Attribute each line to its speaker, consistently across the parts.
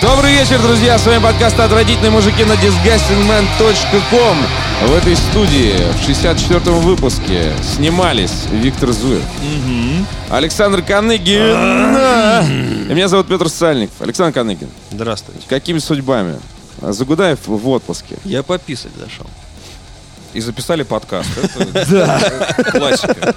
Speaker 1: Добрый вечер, друзья! С вами подкаст «Отвратительные мужики» на disgustingman.com. В этой студии в 64-м выпуске снимались Виктор Зуев, Александр Каныгин. И Меня зовут Петр Сальников. Александр Каныгин,
Speaker 2: Здравствуйте.
Speaker 1: какими судьбами? Загудаев в отпуске.
Speaker 2: Я пописать зашел.
Speaker 3: И записали подкаст. Это э, классика.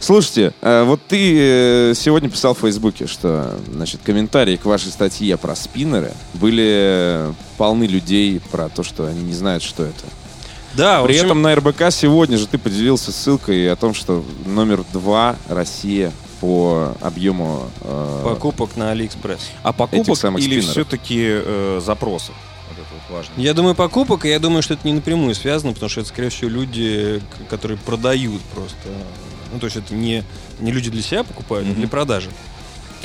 Speaker 1: Слушайте, э, вот ты э, сегодня писал в Фейсбуке, что значит, комментарии к вашей статье про спиннеры были полны людей про то, что они не знают, что это.
Speaker 3: А
Speaker 2: Да, в
Speaker 1: При
Speaker 2: общем,
Speaker 1: этом на РБК сегодня же ты поделился ссылкой о том, что номер два Россия по объему э,
Speaker 2: покупок на Алиэкспресс.
Speaker 3: А
Speaker 1: Этих
Speaker 3: покупок
Speaker 1: самых
Speaker 3: или
Speaker 1: спиннеров.
Speaker 3: все-таки э, запросов? Вот это вот важно.
Speaker 2: Я думаю, покупок, и я думаю, что это не напрямую связано, потому что это, скорее всего, люди, к- которые продают просто. Ну, то есть это не, не люди для себя покупают, а для продажи.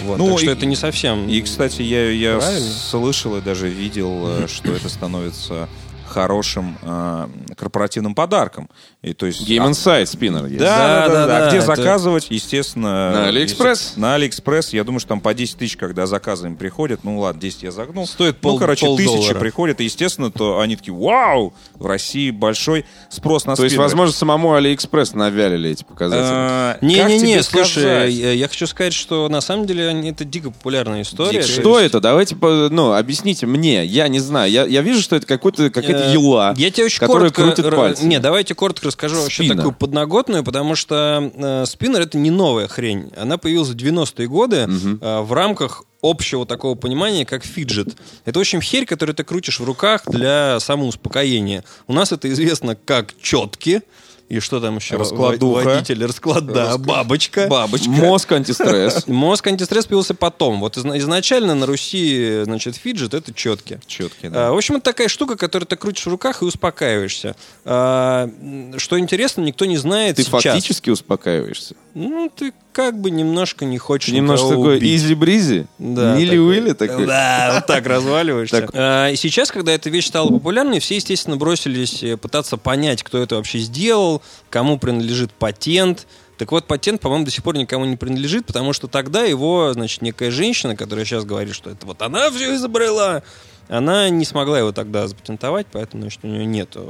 Speaker 2: Вот,
Speaker 3: Ну,
Speaker 2: так что
Speaker 3: и-
Speaker 2: это не совсем...
Speaker 3: И, кстати, я, я
Speaker 2: Правильно.
Speaker 3: слышал и даже видел, э, что это становится хорошим э, корпоративным подарком. И, то есть,
Speaker 1: Game
Speaker 3: а-
Speaker 1: Inside спиннер есть.
Speaker 3: Да, да, да,
Speaker 2: Да-да-да,
Speaker 3: А где
Speaker 2: это-
Speaker 3: заказывать, естественно...
Speaker 1: На Алиэкспресс?
Speaker 3: есте- На Алиэкспресс. Я думаю, что там по 10 тысяч, когда заказы им приходят. Ну ладно, 10 я загнул.
Speaker 2: Стоит
Speaker 3: Ну,
Speaker 2: пол-
Speaker 3: короче, тысячи
Speaker 2: полдоллара.
Speaker 3: приходят. И, естественно, то они такие, вау, в России большой спрос на
Speaker 1: То есть,
Speaker 3: спиннеры».
Speaker 1: возможно, самому Алиэкспресс навялили эти показатели.
Speaker 3: Э, как
Speaker 2: А, Не-не-не,
Speaker 3: тебе
Speaker 2: слушай,
Speaker 3: сказать?
Speaker 2: я, я хочу сказать, что на самом деле они- это дико популярная история.
Speaker 3: Дико.
Speaker 1: Что это? Давайте, по- ну, объясните мне. Я не знаю. Я, я вижу, что это какой-то, какая-то
Speaker 2: Э,
Speaker 1: ела.
Speaker 2: Я тебе очень
Speaker 1: которая
Speaker 2: коротко...
Speaker 1: крутит
Speaker 2: ра-
Speaker 1: пальцы.
Speaker 2: Не, давайте коротко расскажу вообще
Speaker 1: Спина.
Speaker 2: такую подноготную, потому что э, спиннер — это не новая хрень. Она появилась в 90-е годы э, в рамках общего такого понимания, как фиджет. Это, в общем, херь, которую ты крутишь в руках для самоуспокоения. У нас это известно как четки, и что там еще?
Speaker 3: Раскладуха.
Speaker 2: Водитель, расклада, бабочка.
Speaker 3: Бабочка.
Speaker 1: Мозг антистресс.
Speaker 2: Мозг антистресс появился потом. Вот изна- изначально на Руси, значит, фиджет — это четки.
Speaker 3: Четкий,
Speaker 2: А, В общем, это такая штука, которую ты крутишь в руках и успокаиваешься. А, м, Что интересно, никто не знает
Speaker 1: Ты
Speaker 2: сейчас.
Speaker 1: фактически успокаиваешься.
Speaker 2: Ну, ты как бы немножко не хочешь
Speaker 1: Немножко
Speaker 2: никого
Speaker 1: такой
Speaker 2: убить.
Speaker 1: изи-бризи.
Speaker 2: Да,
Speaker 1: Нили-уили такой.
Speaker 2: Да, вот так разваливаешься.
Speaker 1: Так.
Speaker 2: А, И сейчас, когда эта вещь стала популярной, все, естественно, бросились э, пытаться понять, кто это вообще сделал, кому принадлежит патент. Так вот, патент, по-моему, до сих пор никому не принадлежит, потому что тогда его, значит, некая женщина, которая сейчас говорит, что это вот она все изобрела, она не смогла его тогда запатентовать, поэтому, значит, у нее нет, э,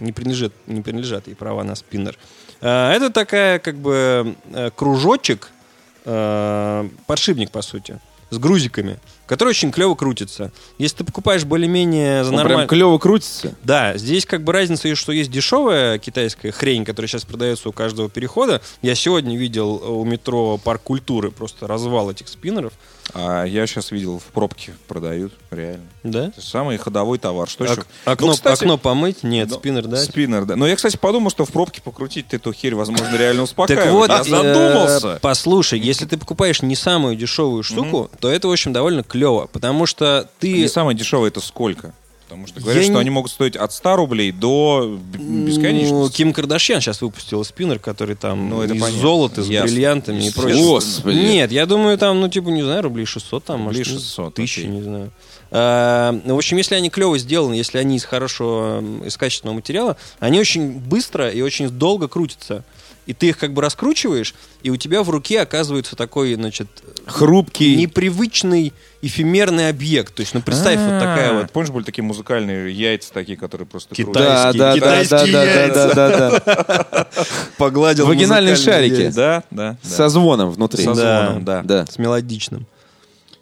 Speaker 2: не принадлежит, не принадлежат ей права на спиннер. А, Это такая, как бы, э, кружочек, э, подшипник, по сути, с грузиками, который очень клево крутится. Если ты покупаешь более-менее за
Speaker 1: Он прям
Speaker 2: нормально...
Speaker 1: клево крутится.
Speaker 2: Да, здесь как бы разница есть, что есть дешевая китайская хрень, которая сейчас продается у каждого перехода. Я сегодня видел э, у метро парк культуры просто развал этих спиннеров.
Speaker 3: А я сейчас видел, в пробке продают, реально.
Speaker 2: Да?
Speaker 3: Это самый ходовой товар. Что еще?
Speaker 2: окно,
Speaker 3: Ну, кстати,
Speaker 2: окно помыть? Нет,
Speaker 3: ну,
Speaker 2: спиннер, да?
Speaker 3: Спиннер, да. Но я, кстати, подумал, что в пробке покрутить ты эту херь, возможно, реально успокаивает.
Speaker 2: Так вот,
Speaker 3: я
Speaker 2: э,
Speaker 3: задумался.
Speaker 2: послушай, если ты покупаешь не самую дешевую штуку, то это, в общем, довольно клево, потому что ты...
Speaker 3: И самое дешевое это сколько? Потому что говорят,
Speaker 2: Я
Speaker 3: что
Speaker 2: не-
Speaker 3: они могут стоить от 100 рублей до б-
Speaker 2: Ну,
Speaker 3: бесконечности.
Speaker 2: Ким Кардашьян сейчас выпустила спиннер, который там
Speaker 3: Ну, это
Speaker 2: из
Speaker 3: понятно.
Speaker 2: золота, с
Speaker 3: Ясно.
Speaker 2: бриллиантами и
Speaker 3: Естественно.
Speaker 2: прочим.
Speaker 1: Господи.
Speaker 2: Нет, я думаю, там, ну, типа, не знаю, рублей 600 там,
Speaker 3: Рублей
Speaker 2: может, ну,
Speaker 3: 600,
Speaker 2: тысячи,
Speaker 3: окей.
Speaker 2: не знаю. А, ну, в общем, если они клево сделаны, если они из хорошего, м, из качественного материала, они очень быстро и очень долго крутятся. И ты их как бы раскручиваешь, и у тебя в руке оказывается такой, значит,
Speaker 1: Хрупкий.
Speaker 2: непривычный эфемерный объект. То есть, ну, представь, вот такая
Speaker 3: А,
Speaker 2: вот
Speaker 3: Помнишь, были такие музыкальные яйца такие, которые просто...
Speaker 2: Китай.
Speaker 3: крутят?
Speaker 1: Да, да, да, да,
Speaker 2: китайские
Speaker 1: да, да, да, да, да.
Speaker 2: погладил
Speaker 1: Вагинальные
Speaker 2: музыкальный
Speaker 1: шарики.
Speaker 2: яйца.
Speaker 3: Да, да. да.
Speaker 1: Со звоном внутри.
Speaker 3: Со
Speaker 2: Да.
Speaker 3: звоном, да.
Speaker 1: Да.
Speaker 2: С мелодичным.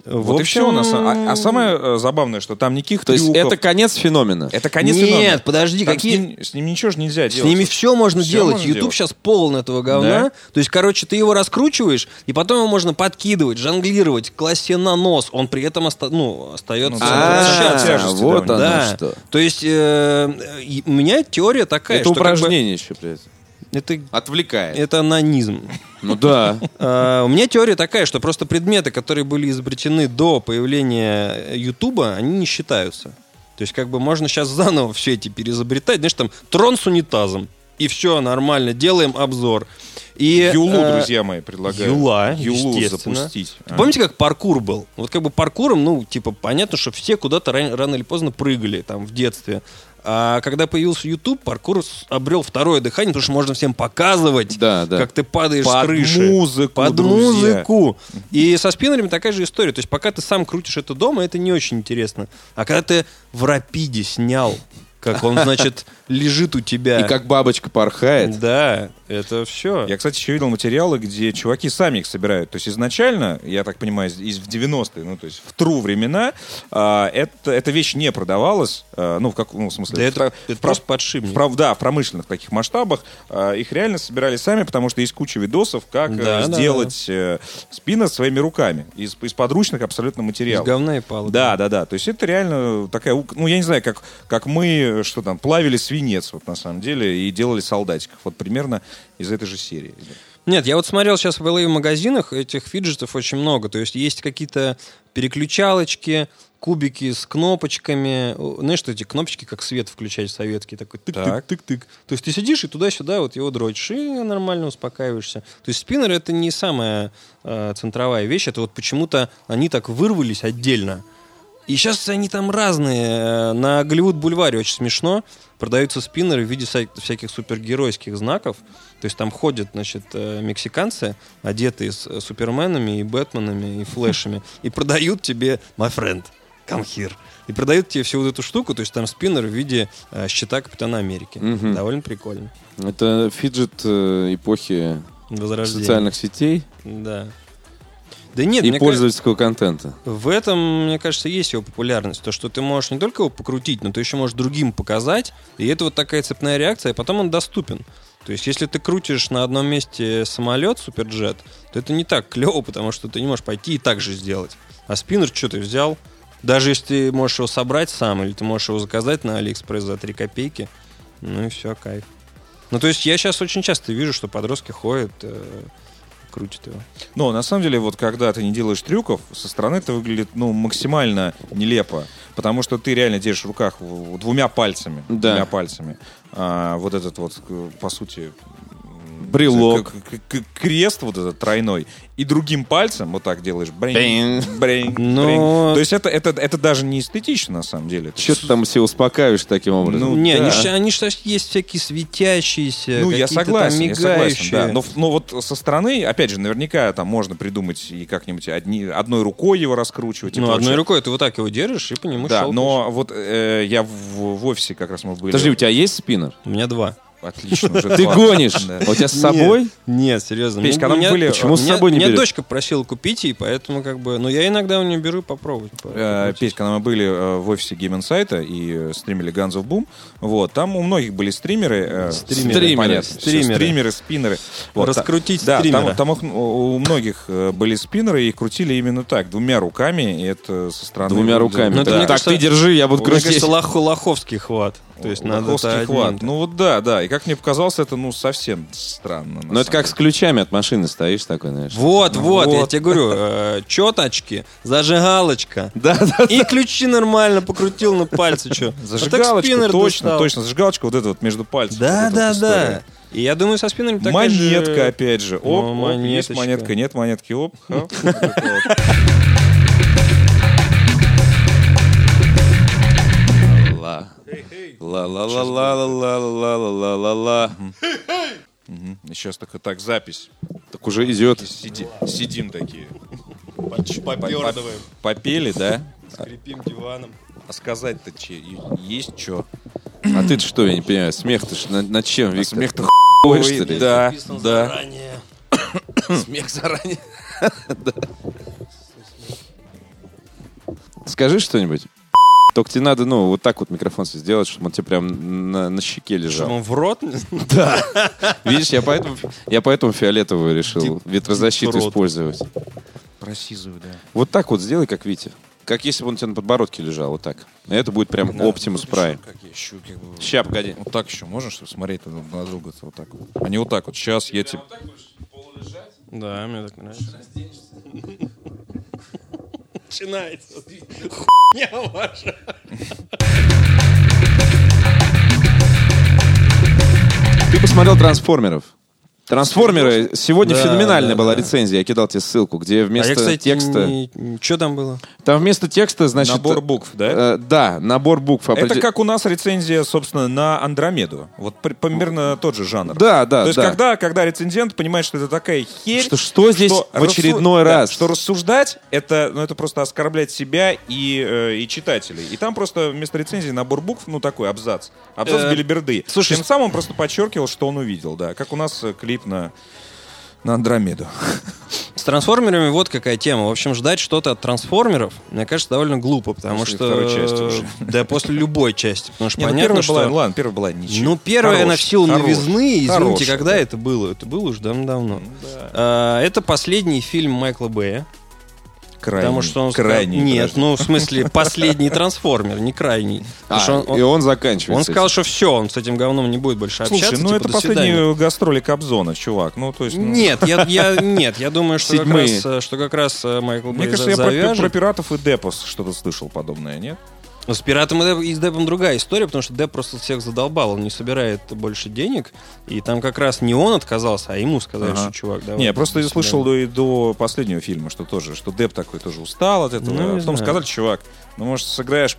Speaker 3: Вот и все у нас. А, а самое э, забавное, что там никаких
Speaker 1: То есть
Speaker 3: трюков.
Speaker 1: это конец феномена.
Speaker 3: Это конец
Speaker 2: Нет,
Speaker 3: феномена.
Speaker 2: подожди,
Speaker 3: Там
Speaker 2: какие-
Speaker 3: С ним, с ним ничего же нельзя
Speaker 2: С
Speaker 3: делать.
Speaker 2: ними все можно
Speaker 3: Всё
Speaker 2: делать.
Speaker 3: можно
Speaker 2: YouTube
Speaker 3: делать.
Speaker 2: сейчас полон этого говна.
Speaker 3: Да?
Speaker 2: То есть, короче, ты его раскручиваешь, и потом его можно подкидывать, жонглировать, класть себе на нос. Он при этом оста- ну, остается
Speaker 3: Ну,
Speaker 2: вращаться.
Speaker 3: да.
Speaker 1: А,
Speaker 3: тяжести,
Speaker 1: вот
Speaker 3: да,
Speaker 1: оно
Speaker 2: Да.
Speaker 1: что.
Speaker 2: То есть э, и у меня теория такая,
Speaker 1: Это
Speaker 2: что как бы
Speaker 1: упражнение еще, блядь.
Speaker 2: это
Speaker 1: Отвлекает.
Speaker 2: это анонизм.
Speaker 1: Ну да.
Speaker 2: Э, У меня теория такая, что просто предметы, которые были изобретены до появления Ютуба, они не считаются. То есть как бы можно сейчас заново все эти переизобретать. Знаешь, там трон с унитазом. И все, нормально, делаем обзор. И,
Speaker 3: Юлу,
Speaker 2: э,
Speaker 3: друзья мои, предлагаю.
Speaker 2: Юла,
Speaker 3: Юлу
Speaker 2: естественно.
Speaker 3: запустить. А.
Speaker 2: Помните, как паркур был? Вот как бы паркуром, ну, типа, понятно, что все куда-то ран- рано или поздно прыгали, там, в детстве. А А когда появился YouTube, паркур с- обрел второе дыхание, потому что можно всем показывать,
Speaker 1: Да, да.
Speaker 2: как ты падаешь
Speaker 3: Под
Speaker 2: с крыши.
Speaker 3: музыку,
Speaker 2: Под
Speaker 3: друзья.
Speaker 2: музыку. И со спиннерами такая же история. То есть пока ты сам крутишь это дома, это не очень интересно. А когда ты в рапиде снял, как он, значит, лежит у тебя.
Speaker 1: И как бабочка порхает.
Speaker 2: Да, это все.
Speaker 3: Я, кстати, еще видел материалы, где чуваки сами их собирают. То есть изначально, я так понимаю, из, из- в 90-е, ну, то есть в тру времена, а, это, эта вещь не продавалась, а, ну, в каком ну, в смысле?
Speaker 2: Да
Speaker 3: в
Speaker 2: это-
Speaker 3: про-
Speaker 2: это
Speaker 3: в
Speaker 2: просто
Speaker 3: про-
Speaker 2: подшипник.
Speaker 3: в прав- да, в промышленных таких масштабах. а, их реально собирали сами, потому что есть куча видосов, как э,
Speaker 2: Да, да,
Speaker 3: сделать э, спина своими руками. Из, из подручных абсолютно
Speaker 2: Из
Speaker 3: материалов.
Speaker 2: говна и палок.
Speaker 3: Да, да, да. То есть это реально такая, ук- ну я не знаю, как, как мы, э, что там, плавили свинец вот на самом деле и делали солдатиков. Вот примерно из этой же серии.
Speaker 2: Нет, я вот смотрел сейчас в LA магазинах, этих фиджетов очень много. То есть есть какие-то переключалочки, кубики с кнопочками. О, Знаешь, что эти кнопочки, как свет включать советский, такой
Speaker 3: Так.
Speaker 2: тык-тык-тык-тык. То есть ты сидишь и туда-сюда вот его дрочишь, и нормально успокаиваешься. То есть спиннер — это не самая э, центровая вещь, это вот почему-то они так вырвались отдельно. И сейчас они там разные. Э, На Голливуд-бульваре очень смешно. Продаются спиннеры в виде ся- всяких супергеройских знаков. То есть там ходят, значит, э, мексиканцы, одетые с э, суперменами и бэтменами и флэшами, и продают тебе «My friend, come here». И продают тебе всю вот эту штуку, то есть там спиннер в виде э, щита Капитана Америки.
Speaker 1: Мгм.
Speaker 2: Довольно прикольно.
Speaker 1: Это фиджет э, эпохи
Speaker 2: Возрождение.
Speaker 1: социальных сетей
Speaker 2: Да. Да нет,
Speaker 1: и
Speaker 2: мне кажется-
Speaker 1: пользовательского контента.
Speaker 2: В этом, мне кажется, есть его популярность. То, что ты можешь не только его покрутить, но ты еще можешь другим показать. И это вот такая цепная реакция, и потом он доступен. То есть, если ты крутишь на одном месте самолет, суперджет, то это не так клево, потому что ты не можешь пойти и так же сделать. А спиннер что ты взял? Даже если ты можешь его собрать сам, или ты можешь его заказать на Алиэкспресс за 3 копейки, ну и все, кайф. Ну, то есть, я сейчас очень часто вижу, что подростки ходят, э, крутят его.
Speaker 3: Но на самом деле, вот когда ты не делаешь трюков, со стороны это выглядит ну, максимально нелепо. Потому что ты реально держишь в руках в- двумя пальцами.
Speaker 1: Да.
Speaker 3: Двумя пальцами. а, вот этот вот, к- по сути... м,
Speaker 1: Брелок.
Speaker 3: к- к- к- крест вот этот тройной. И другим пальцем вот так делаешь. Брень,
Speaker 1: Брень.
Speaker 3: брень,
Speaker 2: Но-
Speaker 1: Ну,
Speaker 3: брень. То
Speaker 1: Э,
Speaker 3: есть это, это, это даже не эстетично, на самом деле.
Speaker 1: Че ты там себя успокаиваешь таким образом?
Speaker 3: Ну,
Speaker 2: не,
Speaker 3: да.
Speaker 2: они ж- они же есть всякие светящиеся,
Speaker 3: Ну, я
Speaker 2: какие-то там
Speaker 3: согласен, я согласен, да.
Speaker 2: мигающие.
Speaker 3: Но, в- но вот со стороны, опять же, наверняка там можно придумать и как-нибудь одни, одной рукой его раскручивать. и
Speaker 2: Ну, одной
Speaker 3: прочее.
Speaker 2: рукой ты вот так его держишь и по нему
Speaker 3: Да,
Speaker 2: щелкаешь.
Speaker 3: но вот э, я в, в офисе как раз мы были.
Speaker 1: Подожди, у тебя есть спиннер?
Speaker 2: У меня два.
Speaker 3: Отлично, уже
Speaker 1: Ты
Speaker 3: два.
Speaker 1: гонишь.
Speaker 3: Да.
Speaker 1: А У тебя с собой?
Speaker 2: Нет, нет, серьезно.
Speaker 3: Петь,
Speaker 2: Ну,
Speaker 3: когда мы
Speaker 2: меня-
Speaker 3: были-
Speaker 1: Почему с
Speaker 2: меня-
Speaker 1: собой не
Speaker 2: Меня
Speaker 1: берешь?
Speaker 2: дочка просила купить, и поэтому как бы... Ну, я иногда у нее беру попробовать.
Speaker 3: Э, Петь, когда мы были э, в офисе Game Insight и э, стримили Guns of Boom, вот, там у многих были стримеры. э,
Speaker 2: Стримеры.
Speaker 3: понятно, всё,
Speaker 2: Стримеры.
Speaker 3: стримеры, спиннеры. Вот, а та-
Speaker 2: Раскрутить
Speaker 3: да,
Speaker 2: стримера.
Speaker 3: там, там их, ну, у у многих э, были спиннеры, и их крутили именно так, двумя руками, и это со стороны...
Speaker 1: Двумя
Speaker 3: выглядело-
Speaker 1: руками.
Speaker 2: Ну, это
Speaker 1: так,
Speaker 2: мне
Speaker 1: Так,
Speaker 2: кажется-
Speaker 1: ты держи, я буду
Speaker 2: Мне
Speaker 1: крутить.
Speaker 2: кажется, лохо- лоховский хват. То есть надо
Speaker 3: Лоховский
Speaker 2: это
Speaker 3: хват.
Speaker 2: одним.
Speaker 3: Ну вот да, да. И как мне показалось, это ну совсем странно. на
Speaker 1: Ну, это
Speaker 3: самом
Speaker 1: как с ключами от машины стоишь такой, знаешь.
Speaker 2: Вот, вот, я
Speaker 3: Вот.
Speaker 2: тебе говорю, четочки, зажигалочка.
Speaker 1: Да, да.
Speaker 2: И ключи нормально покрутил на пальце, что.
Speaker 3: Зажигалочку, точно, точно, зажигалочка вот эта вот между пальцами.
Speaker 2: Да,
Speaker 3: вот эта
Speaker 2: да,
Speaker 3: вот
Speaker 2: да.
Speaker 3: история.
Speaker 2: И я думаю, со спинами такая
Speaker 3: Монетка,
Speaker 2: же...
Speaker 3: опять же. Оп,
Speaker 2: Ну,
Speaker 3: оп, есть
Speaker 2: монеточка.
Speaker 3: монетка, нет монетки, оп. оп.
Speaker 1: Ла. Ла-ла-ла-ла-ла-ла-ла-ла-ла.
Speaker 3: Мгм. И Сейчас только так, запись.
Speaker 1: Так уже идет.
Speaker 3: Сиди- Сидим такие. Попердываем. Попели, да?
Speaker 2: Скрипим диваном.
Speaker 3: А сказать-то че? есть что?
Speaker 1: А ты что, я не понимаю, смех-то ж на, на чем, Виктор?
Speaker 3: смех-то
Speaker 1: хуй, что ли?
Speaker 3: Да, да.
Speaker 2: Заранее.
Speaker 1: Смех заранее. Скажи что-нибудь. Только тебе надо, ну, вот так вот микрофон себе сделать, чтобы он тебе прям на, на щеке
Speaker 2: Чтобы
Speaker 1: лежал.
Speaker 2: он в рот?
Speaker 1: Видишь, я поэтому, я поэтому фиолетовую решил ветрозащиту
Speaker 2: рот.
Speaker 1: использовать.
Speaker 3: Просизываю, да.
Speaker 1: Вот так вот сделай, как Витя. Как если бы он у тебя на подбородке лежал, вот так. И это будет прям Optimus Prime.
Speaker 3: Как я ещё, как бы-
Speaker 1: Ща, погоди.
Speaker 3: Вот так еще можно, чтобы смотреть на, на друга вот так вот. А не вот так вот. Сейчас я тебе...
Speaker 2: Да, мне так нравится. Начинается. ваша.
Speaker 1: Ты посмотрел «Трансформеров». Трансформеры. Сегодня
Speaker 2: Да,
Speaker 1: феноменальная
Speaker 2: да,
Speaker 1: была
Speaker 2: да.
Speaker 1: рецензия, я кидал тебе ссылку, где вместо
Speaker 2: а я, кстати,
Speaker 1: текста...
Speaker 2: Что там было?
Speaker 1: Там вместо текста, значит...
Speaker 3: Набор букв, да?
Speaker 1: э, да, набор букв.
Speaker 3: Это
Speaker 1: определя-
Speaker 3: как у нас рецензия, собственно, на Андромеду. Вот при- примерно тот же жанр.
Speaker 1: Да, да,
Speaker 3: То есть,
Speaker 1: да.
Speaker 3: когда, когда рецензент понимает, что это такая херь...
Speaker 1: Что- что здесь в
Speaker 3: рассу-
Speaker 1: очередной
Speaker 3: да,
Speaker 1: раз?
Speaker 3: что рассуждать, это, ну, это просто оскорблять себя и, э, и читателей. И там просто вместо рецензии набор букв, ну, такой абзац. Абзац
Speaker 2: Э,
Speaker 3: билиберды.
Speaker 2: слушай,
Speaker 3: Тем самым он просто подчеркивал, что он увидел, да. Как у нас э, клип на... На Андромеду.
Speaker 2: С трансформерами вот какая тема. В общем, ждать что-то от трансформеров, мне кажется, довольно глупо, потому
Speaker 3: После
Speaker 2: что...
Speaker 3: второй части уже.
Speaker 2: Да, после любой части. Потому что
Speaker 3: Не, ну,
Speaker 2: понятно,
Speaker 3: первая
Speaker 2: что...
Speaker 3: была, ну, ладно, первая была ничего.
Speaker 2: Ну, первое,
Speaker 3: Хорош,
Speaker 2: она в силу
Speaker 3: хорош,
Speaker 2: новизны, извините,
Speaker 3: хорош,
Speaker 2: когда
Speaker 3: да. Ну
Speaker 2: это было? Это было уже давно-давно.
Speaker 3: Да.
Speaker 2: А, это последний фильм Майкла Бэя,
Speaker 3: Крайний,
Speaker 2: потому что он... сказал-
Speaker 3: крайний,
Speaker 2: Нет,
Speaker 3: подожди.
Speaker 2: ну, в смысле, последний трансформер, не крайний.
Speaker 1: А,
Speaker 2: Потому что он-
Speaker 1: и он
Speaker 2: он,
Speaker 1: заканчивается.
Speaker 2: он сказал, что все, он с этим говном не будет больше
Speaker 3: Слушай,
Speaker 2: общаться.
Speaker 3: ну
Speaker 2: типа,
Speaker 3: это
Speaker 2: до свидания.
Speaker 3: последний гастроли Кобзона, чувак. Ну, то есть... ну,
Speaker 2: Нет, я, я- нет, я думаю, что как,
Speaker 1: Седьмые.
Speaker 2: раз, э, что как раз э, Майкл
Speaker 3: Мне
Speaker 2: Бэй
Speaker 3: кажется, я
Speaker 2: за-
Speaker 3: про, пи-
Speaker 2: завяжет.
Speaker 3: про пиратов и депос что-то слышал подобное, нет?
Speaker 2: Но с пиратом и, Деп- и с Деппом другая история, потому что Депп просто всех задолбал, он не собирает больше денег, и там как раз не он отказался, а ему сказали,
Speaker 3: Ага.
Speaker 2: что чувак, давай.
Speaker 3: не, я просто
Speaker 2: Да.
Speaker 3: слышал до, и до последнего фильма, что тоже, что Деп такой тоже устал от этого.
Speaker 2: Ну,
Speaker 3: а
Speaker 2: не
Speaker 3: потом
Speaker 2: знаю.
Speaker 3: сказали, чувак, ну, может, сыграешь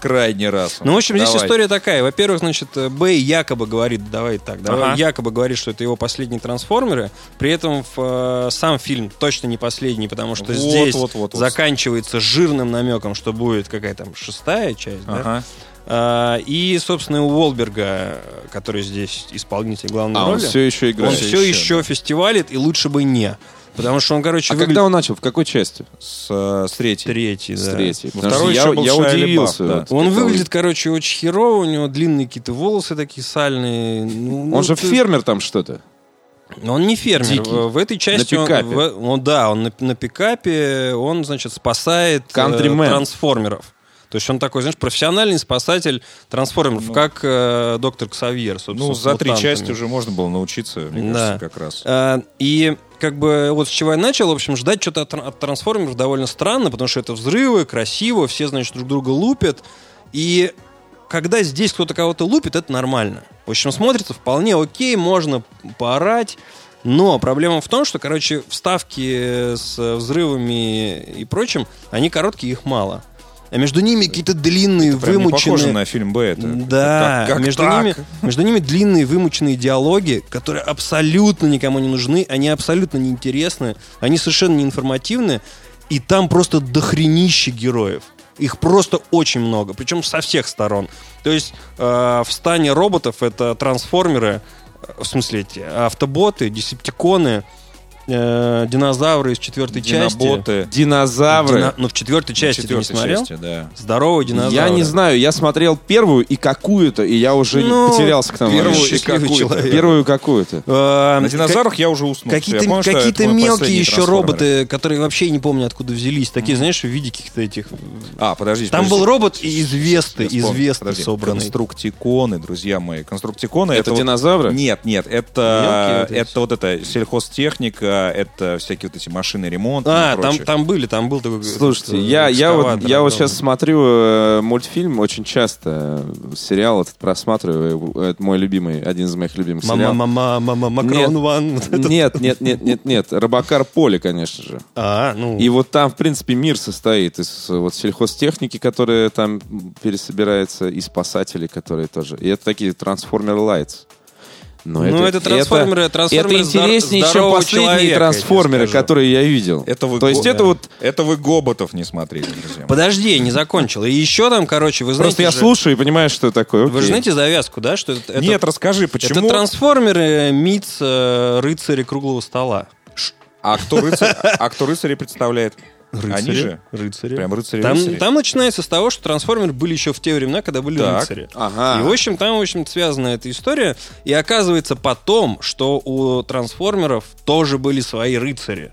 Speaker 3: крайний раз. Он
Speaker 2: Ну, в общем, здесь
Speaker 3: давай.
Speaker 2: история такая. Во-первых, значит, э, Бэй якобы говорит, давай так, давай,
Speaker 3: Ага.
Speaker 2: якобы говорит, что это его последние трансформеры. При этом в, э, сам фильм точно не последний, потому что
Speaker 3: Вот,
Speaker 2: здесь
Speaker 3: вот, вот, вот.
Speaker 2: заканчивается жирным намеком, что будет какая там шестая часть, да?
Speaker 3: Ага.
Speaker 2: А, и, собственно, у Уолберга, который здесь исполнитель главной
Speaker 1: А, он
Speaker 2: роли,
Speaker 1: все еще
Speaker 2: он
Speaker 1: играет.
Speaker 2: все еще, фестивалит, и лучше бы не. Потому что он, короче,
Speaker 1: А
Speaker 2: выглядит
Speaker 1: когда он начал? В какой части?
Speaker 3: С, э, с третьей.
Speaker 2: третий,
Speaker 1: С
Speaker 2: да.
Speaker 1: третьей.
Speaker 3: Во
Speaker 1: Потому что
Speaker 3: второй
Speaker 1: я,
Speaker 3: еще был
Speaker 1: я
Speaker 3: Шайа
Speaker 1: удивился.
Speaker 3: Лабаф, да.
Speaker 1: вот.
Speaker 2: Он выглядит, короче, очень херово, у него длинные какие-то волосы такие сальные. Ну, ну,
Speaker 1: Он же
Speaker 2: ты-
Speaker 1: фермер там что-то.
Speaker 2: Он не фермер.
Speaker 1: Дикий.
Speaker 2: В в этой части
Speaker 1: На
Speaker 2: он-
Speaker 1: пикапе.
Speaker 2: в- он, да, он на, на пикапе, он, значит, спасает э,
Speaker 1: Кантримен.
Speaker 2: трансформеров. То есть он такой, знаешь, профессиональный спасатель трансформеров,
Speaker 3: Ну.
Speaker 2: как э, доктор Ксавьер, собственно.
Speaker 3: Ну,
Speaker 2: с
Speaker 3: за три
Speaker 2: мутантами.
Speaker 3: части уже можно было научиться, мне
Speaker 2: Да.
Speaker 3: кажется, как раз.
Speaker 2: А, И как бы вот с чего я начал, в общем, ждать что-то от, тран- от трансформеров довольно странно, потому что это взрывы, красиво, все, значит, друг друга лупят. И когда здесь кто-то кого-то лупит, это нормально. В общем, смотрится вполне окей, можно поорать. Но проблема в том, что, короче, вставки с взрывами и прочим, они короткие, их мало. А между ними какие-то длинные,
Speaker 3: Прям не похоже
Speaker 2: вымученные...
Speaker 3: на фильм Б это.
Speaker 2: Да,
Speaker 3: Как- как
Speaker 2: между,
Speaker 3: так?
Speaker 2: ними, между ними длинные вымученные диалоги, которые абсолютно никому не нужны, они абсолютно неинтересны, они совершенно не информативны, и там просто дохренище героев. Их просто очень много, причем со всех сторон. То есть э, в стане роботов это трансформеры, э, в смысле эти автоботы, десептиконы, э, динозавры из четвертой части.
Speaker 3: Диноботы.
Speaker 1: Динозавры.
Speaker 2: Дино- Ну, в четвертой части ты не
Speaker 3: Четвертой
Speaker 2: смотрел?
Speaker 3: части, да.
Speaker 2: Здоровые динозавры.
Speaker 1: Я не знаю, я смотрел первую и какую-то, и я уже не-
Speaker 2: Ну,
Speaker 1: потерялся к тому
Speaker 2: первую
Speaker 1: моменту.
Speaker 2: и какую-то.
Speaker 1: Человек. Первую какую-то.
Speaker 2: Э,
Speaker 3: На
Speaker 2: ка-
Speaker 3: динозаврах я уже уснул.
Speaker 2: Какие-то
Speaker 3: Ну, Я помню, что это
Speaker 2: какие-то
Speaker 3: мой
Speaker 2: мелкие
Speaker 3: последний
Speaker 2: еще
Speaker 3: «Трансформер».
Speaker 2: роботы, которые вообще не помню откуда взялись. Такие, знаешь, в виде каких-то этих...
Speaker 3: А, подождите.
Speaker 2: Там
Speaker 3: подождите.
Speaker 2: был робот и известный,
Speaker 3: Я вспомнил.
Speaker 2: известный
Speaker 3: Подожди.
Speaker 2: собранный.
Speaker 3: Конструктиконы, друзья мои.
Speaker 2: Ну,
Speaker 3: Конструктиконы это,
Speaker 1: Это
Speaker 3: вот-
Speaker 1: динозавры?
Speaker 3: Нет, нет,
Speaker 2: Мелкие
Speaker 3: это,
Speaker 2: вот эти.
Speaker 3: это вот это сельхозтехника, это всякие вот эти машины
Speaker 2: А,
Speaker 3: ремонта
Speaker 2: там,
Speaker 3: и прочее.
Speaker 2: там были, там был такой...
Speaker 1: Слушайте,
Speaker 2: этот, э,
Speaker 1: я, я, вот,
Speaker 2: экскаватор,
Speaker 1: я вот
Speaker 2: да,
Speaker 1: сейчас смотрю э, мультфильм очень часто. э, Сериал этот просматриваю. э, Это мой любимый, один из моих любимых
Speaker 2: Мама,
Speaker 1: сериалов.
Speaker 2: мама, мама, Макрон
Speaker 1: Нет.
Speaker 2: Ван.
Speaker 1: Нет, нет, нет, нет, нет. Робокар Поле, конечно же.
Speaker 2: А, ну...
Speaker 1: И вот там, в принципе, мир состоит из э, вот сельхозтехники, которая там пересобирается, и спасателей, которые тоже. И это такие трансформер лайтс. Но
Speaker 2: Ну, это трансформеры, трансформеры
Speaker 1: это интереснее,
Speaker 2: здор-
Speaker 1: чем
Speaker 2: здорового
Speaker 1: последние
Speaker 2: человека, я тебе
Speaker 1: трансформеры,
Speaker 2: скажу.
Speaker 1: которые я видел.
Speaker 3: Это вы
Speaker 1: То есть
Speaker 3: го-
Speaker 1: это вот
Speaker 3: Это вы Гоботов не смотрели, друзья. мои.
Speaker 2: Подожди, я не закончил. И еще там, короче, вы знаете...
Speaker 1: просто я
Speaker 2: же-
Speaker 1: слушаю и понимаю, что такое.
Speaker 2: Вы же
Speaker 1: окей.
Speaker 2: знаете завязку, да? Что это, это-
Speaker 3: Нет, расскажи,
Speaker 2: это
Speaker 3: почему...
Speaker 2: трансформеры Миц э, рыцари круглого стола.
Speaker 3: А кто рыцарь- а кто рыцарей представляет? Они же?
Speaker 2: Рыцари.
Speaker 3: Прям рыцари
Speaker 2: Там,
Speaker 3: рыцари.
Speaker 2: там начинается с того, что трансформеры были еще в те времена, когда были
Speaker 3: Так.
Speaker 2: рыцари.
Speaker 1: Ага.
Speaker 2: И, в общем, там, в общем, связана эта история. И оказывается потом, что у трансформеров тоже были свои рыцари.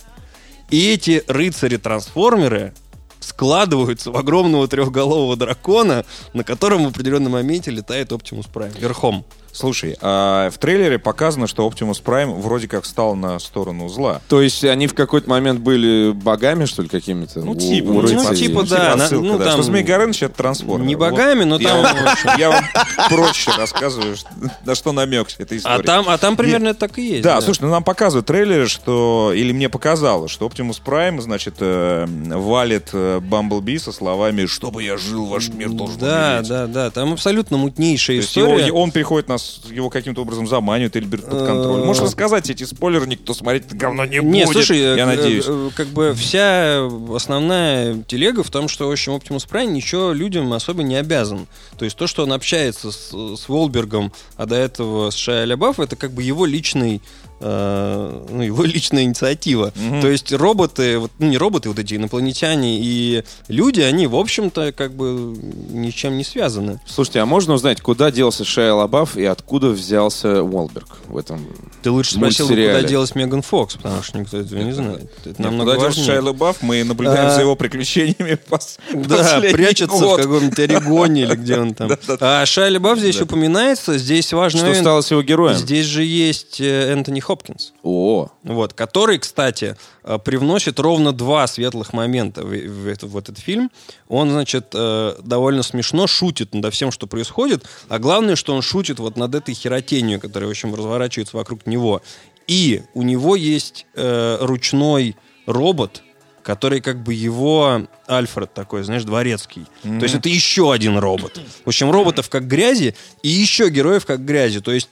Speaker 2: И эти рыцари-трансформеры складываются в огромного трехголового дракона, на котором в определенном моменте летает Оптимус Прайм верхом.
Speaker 3: Слушай, а в трейлере показано, что Optimus Prime вроде как стал на сторону зла.
Speaker 1: То есть они в какой-то момент были богами, что ли, какими-то?
Speaker 3: Ну,
Speaker 1: У-
Speaker 3: типа,
Speaker 1: у
Speaker 3: ну,
Speaker 1: рыцарей?
Speaker 2: типа, да.
Speaker 3: отсылка,
Speaker 2: ну,
Speaker 3: да.
Speaker 2: там-
Speaker 3: Что Змей Горыныч — это трансформер.
Speaker 2: Не
Speaker 3: Вот
Speaker 2: богами, но
Speaker 3: я
Speaker 2: там...
Speaker 3: вам-
Speaker 2: в общем.
Speaker 3: Я вам проще рассказываю, что- на что намек эта история.
Speaker 2: А там, а там примерно так и есть.
Speaker 3: Да, слушай, ну нам показывают трейлеры, что... Или мне показалось, что Optimus Prime, значит, э, валит э, Бамблби со словами «Чтобы я жил, ваш мир должен
Speaker 2: Да,
Speaker 3: умереть».
Speaker 2: да, да. Там абсолютно мутнейшая
Speaker 3: То есть его-
Speaker 2: история.
Speaker 3: и он приходит нас, его каким-то образом заманивает или берет под контроль.
Speaker 2: Э,
Speaker 3: Можешь рассказать эти спойлеры, никто смотреть это говно не
Speaker 2: Не,
Speaker 3: будет.
Speaker 2: слушай, э,
Speaker 3: я
Speaker 2: э,
Speaker 3: надеюсь.
Speaker 2: э, как бы вся основная телега в том, что, в общем, Optimus Prime ничего людям особо не обязан. То есть то, что он общается с, с Волбергом, а до этого с Шайа Лябаф, это как бы его личный э, ну, его личная инициатива.
Speaker 3: Мгм.
Speaker 2: э, То есть роботы, вот, ну, не роботы, вот эти инопланетяне и люди, они, в общем-то, как бы ничем не связаны.
Speaker 1: Слушайте, а можно узнать, куда делся Шайа Лабаф и откуда взялся Уолберг в этом?
Speaker 2: Ты лучше спросил, бы, куда
Speaker 1: Мультсериале.
Speaker 2: делась Меган Фокс, потому что никто этого не знает. Это намного
Speaker 3: Куда делся
Speaker 2: важнее.
Speaker 3: Шайа Лабаф, мы наблюдаем
Speaker 2: А,
Speaker 3: за его приключениями пос-
Speaker 2: Да,
Speaker 3: последний
Speaker 2: прячется
Speaker 3: год.
Speaker 2: в каком-нибудь Орегоне или где он там. А Шайа Лебаф здесь упоминается, здесь важный
Speaker 1: Что
Speaker 2: момент.
Speaker 1: стало с его героем?
Speaker 2: Здесь же есть э, Энтони Хопкинс,
Speaker 1: О,
Speaker 2: вот, который, кстати, э, привносит ровно два светлых момента в, в это- в этот фильм. Он, значит, э, довольно смешно шутит над всем, что происходит, а главное, что он шутит вот над этой херотенью, которая, в общем, разворачивается вокруг него. И у него есть э, ручной робот, который как бы его Альфред такой, знаешь, дворецкий. То есть это еще один робот. В общем, роботов как грязи и еще героев как грязи. То есть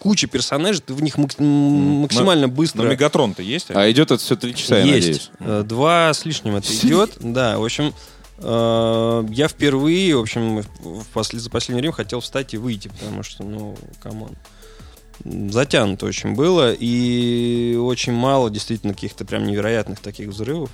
Speaker 2: куча персонажей, ты в них макс- м, максимально
Speaker 3: Но
Speaker 2: быстро...
Speaker 3: Мегатрон-то есть?
Speaker 1: а идет это все три часа, я надеюсь.
Speaker 2: есть. Э, Два с лишним это идет. Да, в общем, э, я впервые, в общем, в после- за последнее время хотел встать и выйти, потому что, ну, камон. Затянуто очень было, и очень мало действительно каких-то прям невероятных таких взрывов.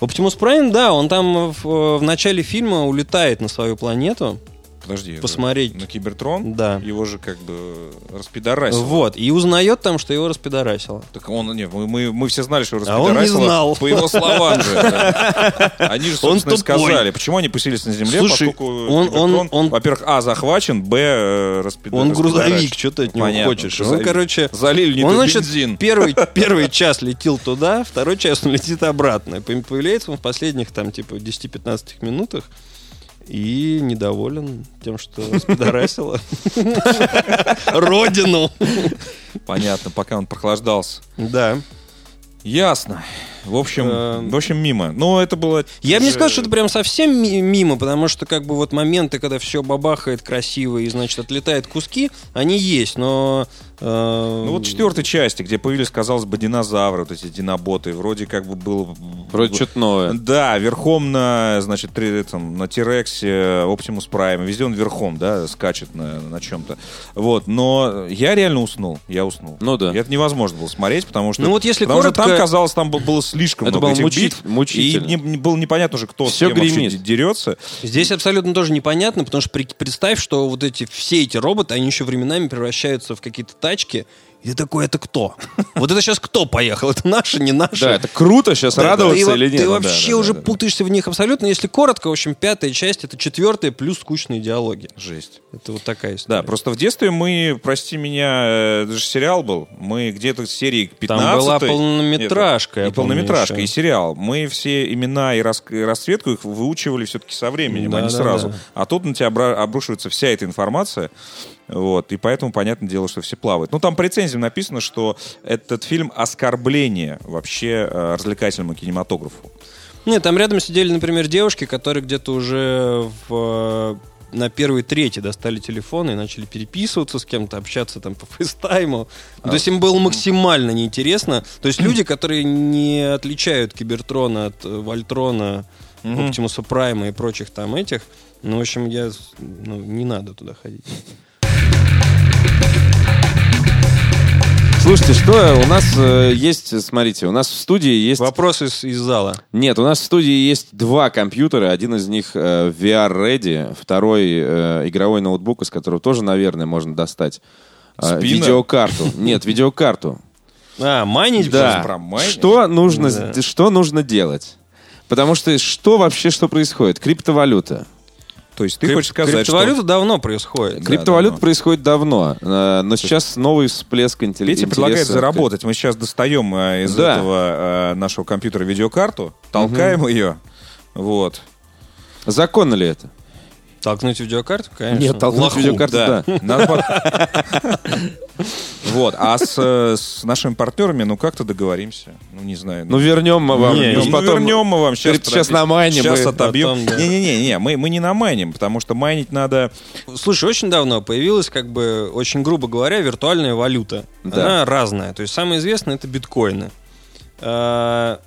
Speaker 2: Оптимус Прайм, да, он там в, в начале фильма улетает на свою планету
Speaker 3: Подожди. э,
Speaker 2: посмотреть.
Speaker 3: На Кибертрон?
Speaker 2: Да.
Speaker 3: Его же как бы распидорасило.
Speaker 2: Вот, и узнает там, что его распидорасило.
Speaker 3: Так он, не, мы, мы, мы все знали, что его
Speaker 2: А он не
Speaker 3: распидорасило,
Speaker 2: знал.
Speaker 3: По его словам же. да. Они же,
Speaker 2: Он
Speaker 3: собственно, и
Speaker 2: тупой.
Speaker 3: сказали. Почему они поселились на Земле?
Speaker 2: Слушай,
Speaker 3: поскольку
Speaker 2: он- он-
Speaker 3: Кибертрон,
Speaker 2: он-
Speaker 3: во-первых, а, захвачен, б, э, распидорасил.
Speaker 2: Он грузовик, что ты от него
Speaker 3: Понятно,
Speaker 2: хочешь? Он,
Speaker 3: грузовик.
Speaker 2: короче,
Speaker 3: Залили не
Speaker 2: он,
Speaker 3: тот
Speaker 2: значит,
Speaker 3: бензин.
Speaker 2: Первый, первый час летел туда, второй час он летит обратно. По- Появляется он в последних, там, типа, 10-15 минутах и недоволен тем, что спидорасило Родину.
Speaker 3: Понятно, пока он прохлаждался.
Speaker 2: Да.
Speaker 3: Ясно. В общем,
Speaker 2: Эм.
Speaker 3: в общем, мимо. Ну, это было...
Speaker 2: Я бы не
Speaker 3: же-
Speaker 2: сказал, что это прям совсем ми- мимо, потому что как бы вот моменты, когда все бабахает красиво и, значит, отлетают куски, они есть, но... э,
Speaker 3: Ну, вот в четвертой части, где появились, казалось бы, динозавры, вот эти диноботы, вроде как бы был...
Speaker 1: Вроде что-то новое.
Speaker 3: Да, верхом на, значит, три- там, на Тирексе, Оптимус Прайм, везде он верхом, да, скачет на, на чем-то. Вот, но я реально уснул, я уснул.
Speaker 1: Ну да.
Speaker 3: И Это невозможно было смотреть, потому что...
Speaker 2: Ну вот если
Speaker 3: потому
Speaker 2: коротко-
Speaker 3: что там, казалось, там бы- было слишком
Speaker 1: Это
Speaker 3: много
Speaker 1: было
Speaker 3: этих
Speaker 1: мучи-
Speaker 3: битв,
Speaker 1: мучительно.
Speaker 3: И не- не- было непонятно уже, кто
Speaker 1: Всё
Speaker 3: с кем вообще
Speaker 1: гремит.
Speaker 3: д- дерется.
Speaker 2: Здесь абсолютно тоже непонятно, потому что при- представь, что вот эти все эти роботы, они еще временами превращаются в какие-то тачки. И ты такой, это кто? Вот это сейчас кто поехал? Это наши, не наши?
Speaker 1: Да, это круто сейчас,
Speaker 2: Да, ты
Speaker 1: радоваться
Speaker 2: во-
Speaker 1: или нет?
Speaker 2: Ты
Speaker 1: Ну да,
Speaker 2: вообще
Speaker 1: да,
Speaker 2: уже
Speaker 1: да, да.
Speaker 2: путаешься в них абсолютно. Если коротко, в общем, пятая часть это четвертая плюс скучные диалоги.
Speaker 3: Жесть.
Speaker 2: Это вот такая история.
Speaker 3: Да, просто в детстве мы, прости меня, э, это же сериал был, мы где-то с серии 15
Speaker 2: Там была полнометражка, я
Speaker 3: И полнометражка,
Speaker 2: помню
Speaker 3: и
Speaker 2: еще.
Speaker 3: сериал. Мы все имена и, раск- и расцветку их выучивали все-таки со временем,
Speaker 2: Да,
Speaker 3: а не
Speaker 2: да,
Speaker 3: сразу.
Speaker 2: да.
Speaker 3: А тут на тебя обра- обрушивается вся эта информация, вот, и поэтому, понятное дело, что все плавают. Ну, там по рецензиям написано, что этот фильм оскорбление вообще э, развлекательному кинематографу.
Speaker 2: Нет, там рядом сидели, например, девушки, которые где-то уже в, э, на первой трети достали телефоны и начали переписываться с кем-то, общаться там по фейстайму. Ну, То есть им было максимально неинтересно. То есть люди, которые не отличают Кибертрона от э, Вольтрона,
Speaker 3: Мгм.
Speaker 2: Оптимуса Прайма и прочих там этих, ну, в общем, я... с- Ну, не надо туда ходить.
Speaker 1: Слушайте, что у нас э, есть, смотрите, у нас в студии есть...
Speaker 2: Вопрос из, из зала.
Speaker 1: Нет, у нас в студии есть два компьютера. Один из них э, VR-ready, второй э, игровой ноутбук, из которого тоже, наверное, можно достать э,
Speaker 3: Спиннер?
Speaker 1: видеокарту. Нет, видеокарту.
Speaker 2: А, майнить?
Speaker 1: Да.
Speaker 3: про майнинг?
Speaker 1: Что нужно,
Speaker 2: Да.
Speaker 1: сд- что нужно делать? Потому что что вообще, что происходит? Криптовалюта.
Speaker 3: То есть ты
Speaker 2: Крип-
Speaker 3: хочешь сказать, что...
Speaker 2: Криптовалюта давно происходит.
Speaker 3: Да,
Speaker 1: Криптовалют
Speaker 3: давно.
Speaker 1: происходит давно, э, но сейчас новый всплеск интелли-
Speaker 3: Петя предлагает
Speaker 1: интереса к-
Speaker 3: заработать. Мы сейчас достаем э, из
Speaker 1: Да.
Speaker 3: этого э, нашего компьютера видеокарту, толкаем ее. Вот.
Speaker 1: Законно ли это?
Speaker 2: Толкнуть видеокарту, конечно.
Speaker 1: Нет, толкнуть
Speaker 2: Лоху.
Speaker 1: видеокарту.
Speaker 3: Да.
Speaker 1: Да.
Speaker 3: Надо по- Вот. А с, э, с нашими партнерами, ну как-то договоримся. Ну не знаю.
Speaker 1: Ну, вернем мы вам.
Speaker 2: Не,
Speaker 1: ну,
Speaker 2: не
Speaker 1: потом-
Speaker 3: вернем мы вам сейчас.
Speaker 1: Говорит, сейчас намайним
Speaker 3: Сейчас
Speaker 1: и
Speaker 3: отобьем.
Speaker 2: потом, да.
Speaker 3: Не-не-не, мы, мы не намайним, потому что майнить надо...
Speaker 2: Слушай, очень давно появилась, как бы, очень грубо говоря, виртуальная валюта.
Speaker 1: Да.
Speaker 2: Она разная. То есть самое известное это биткоины. А,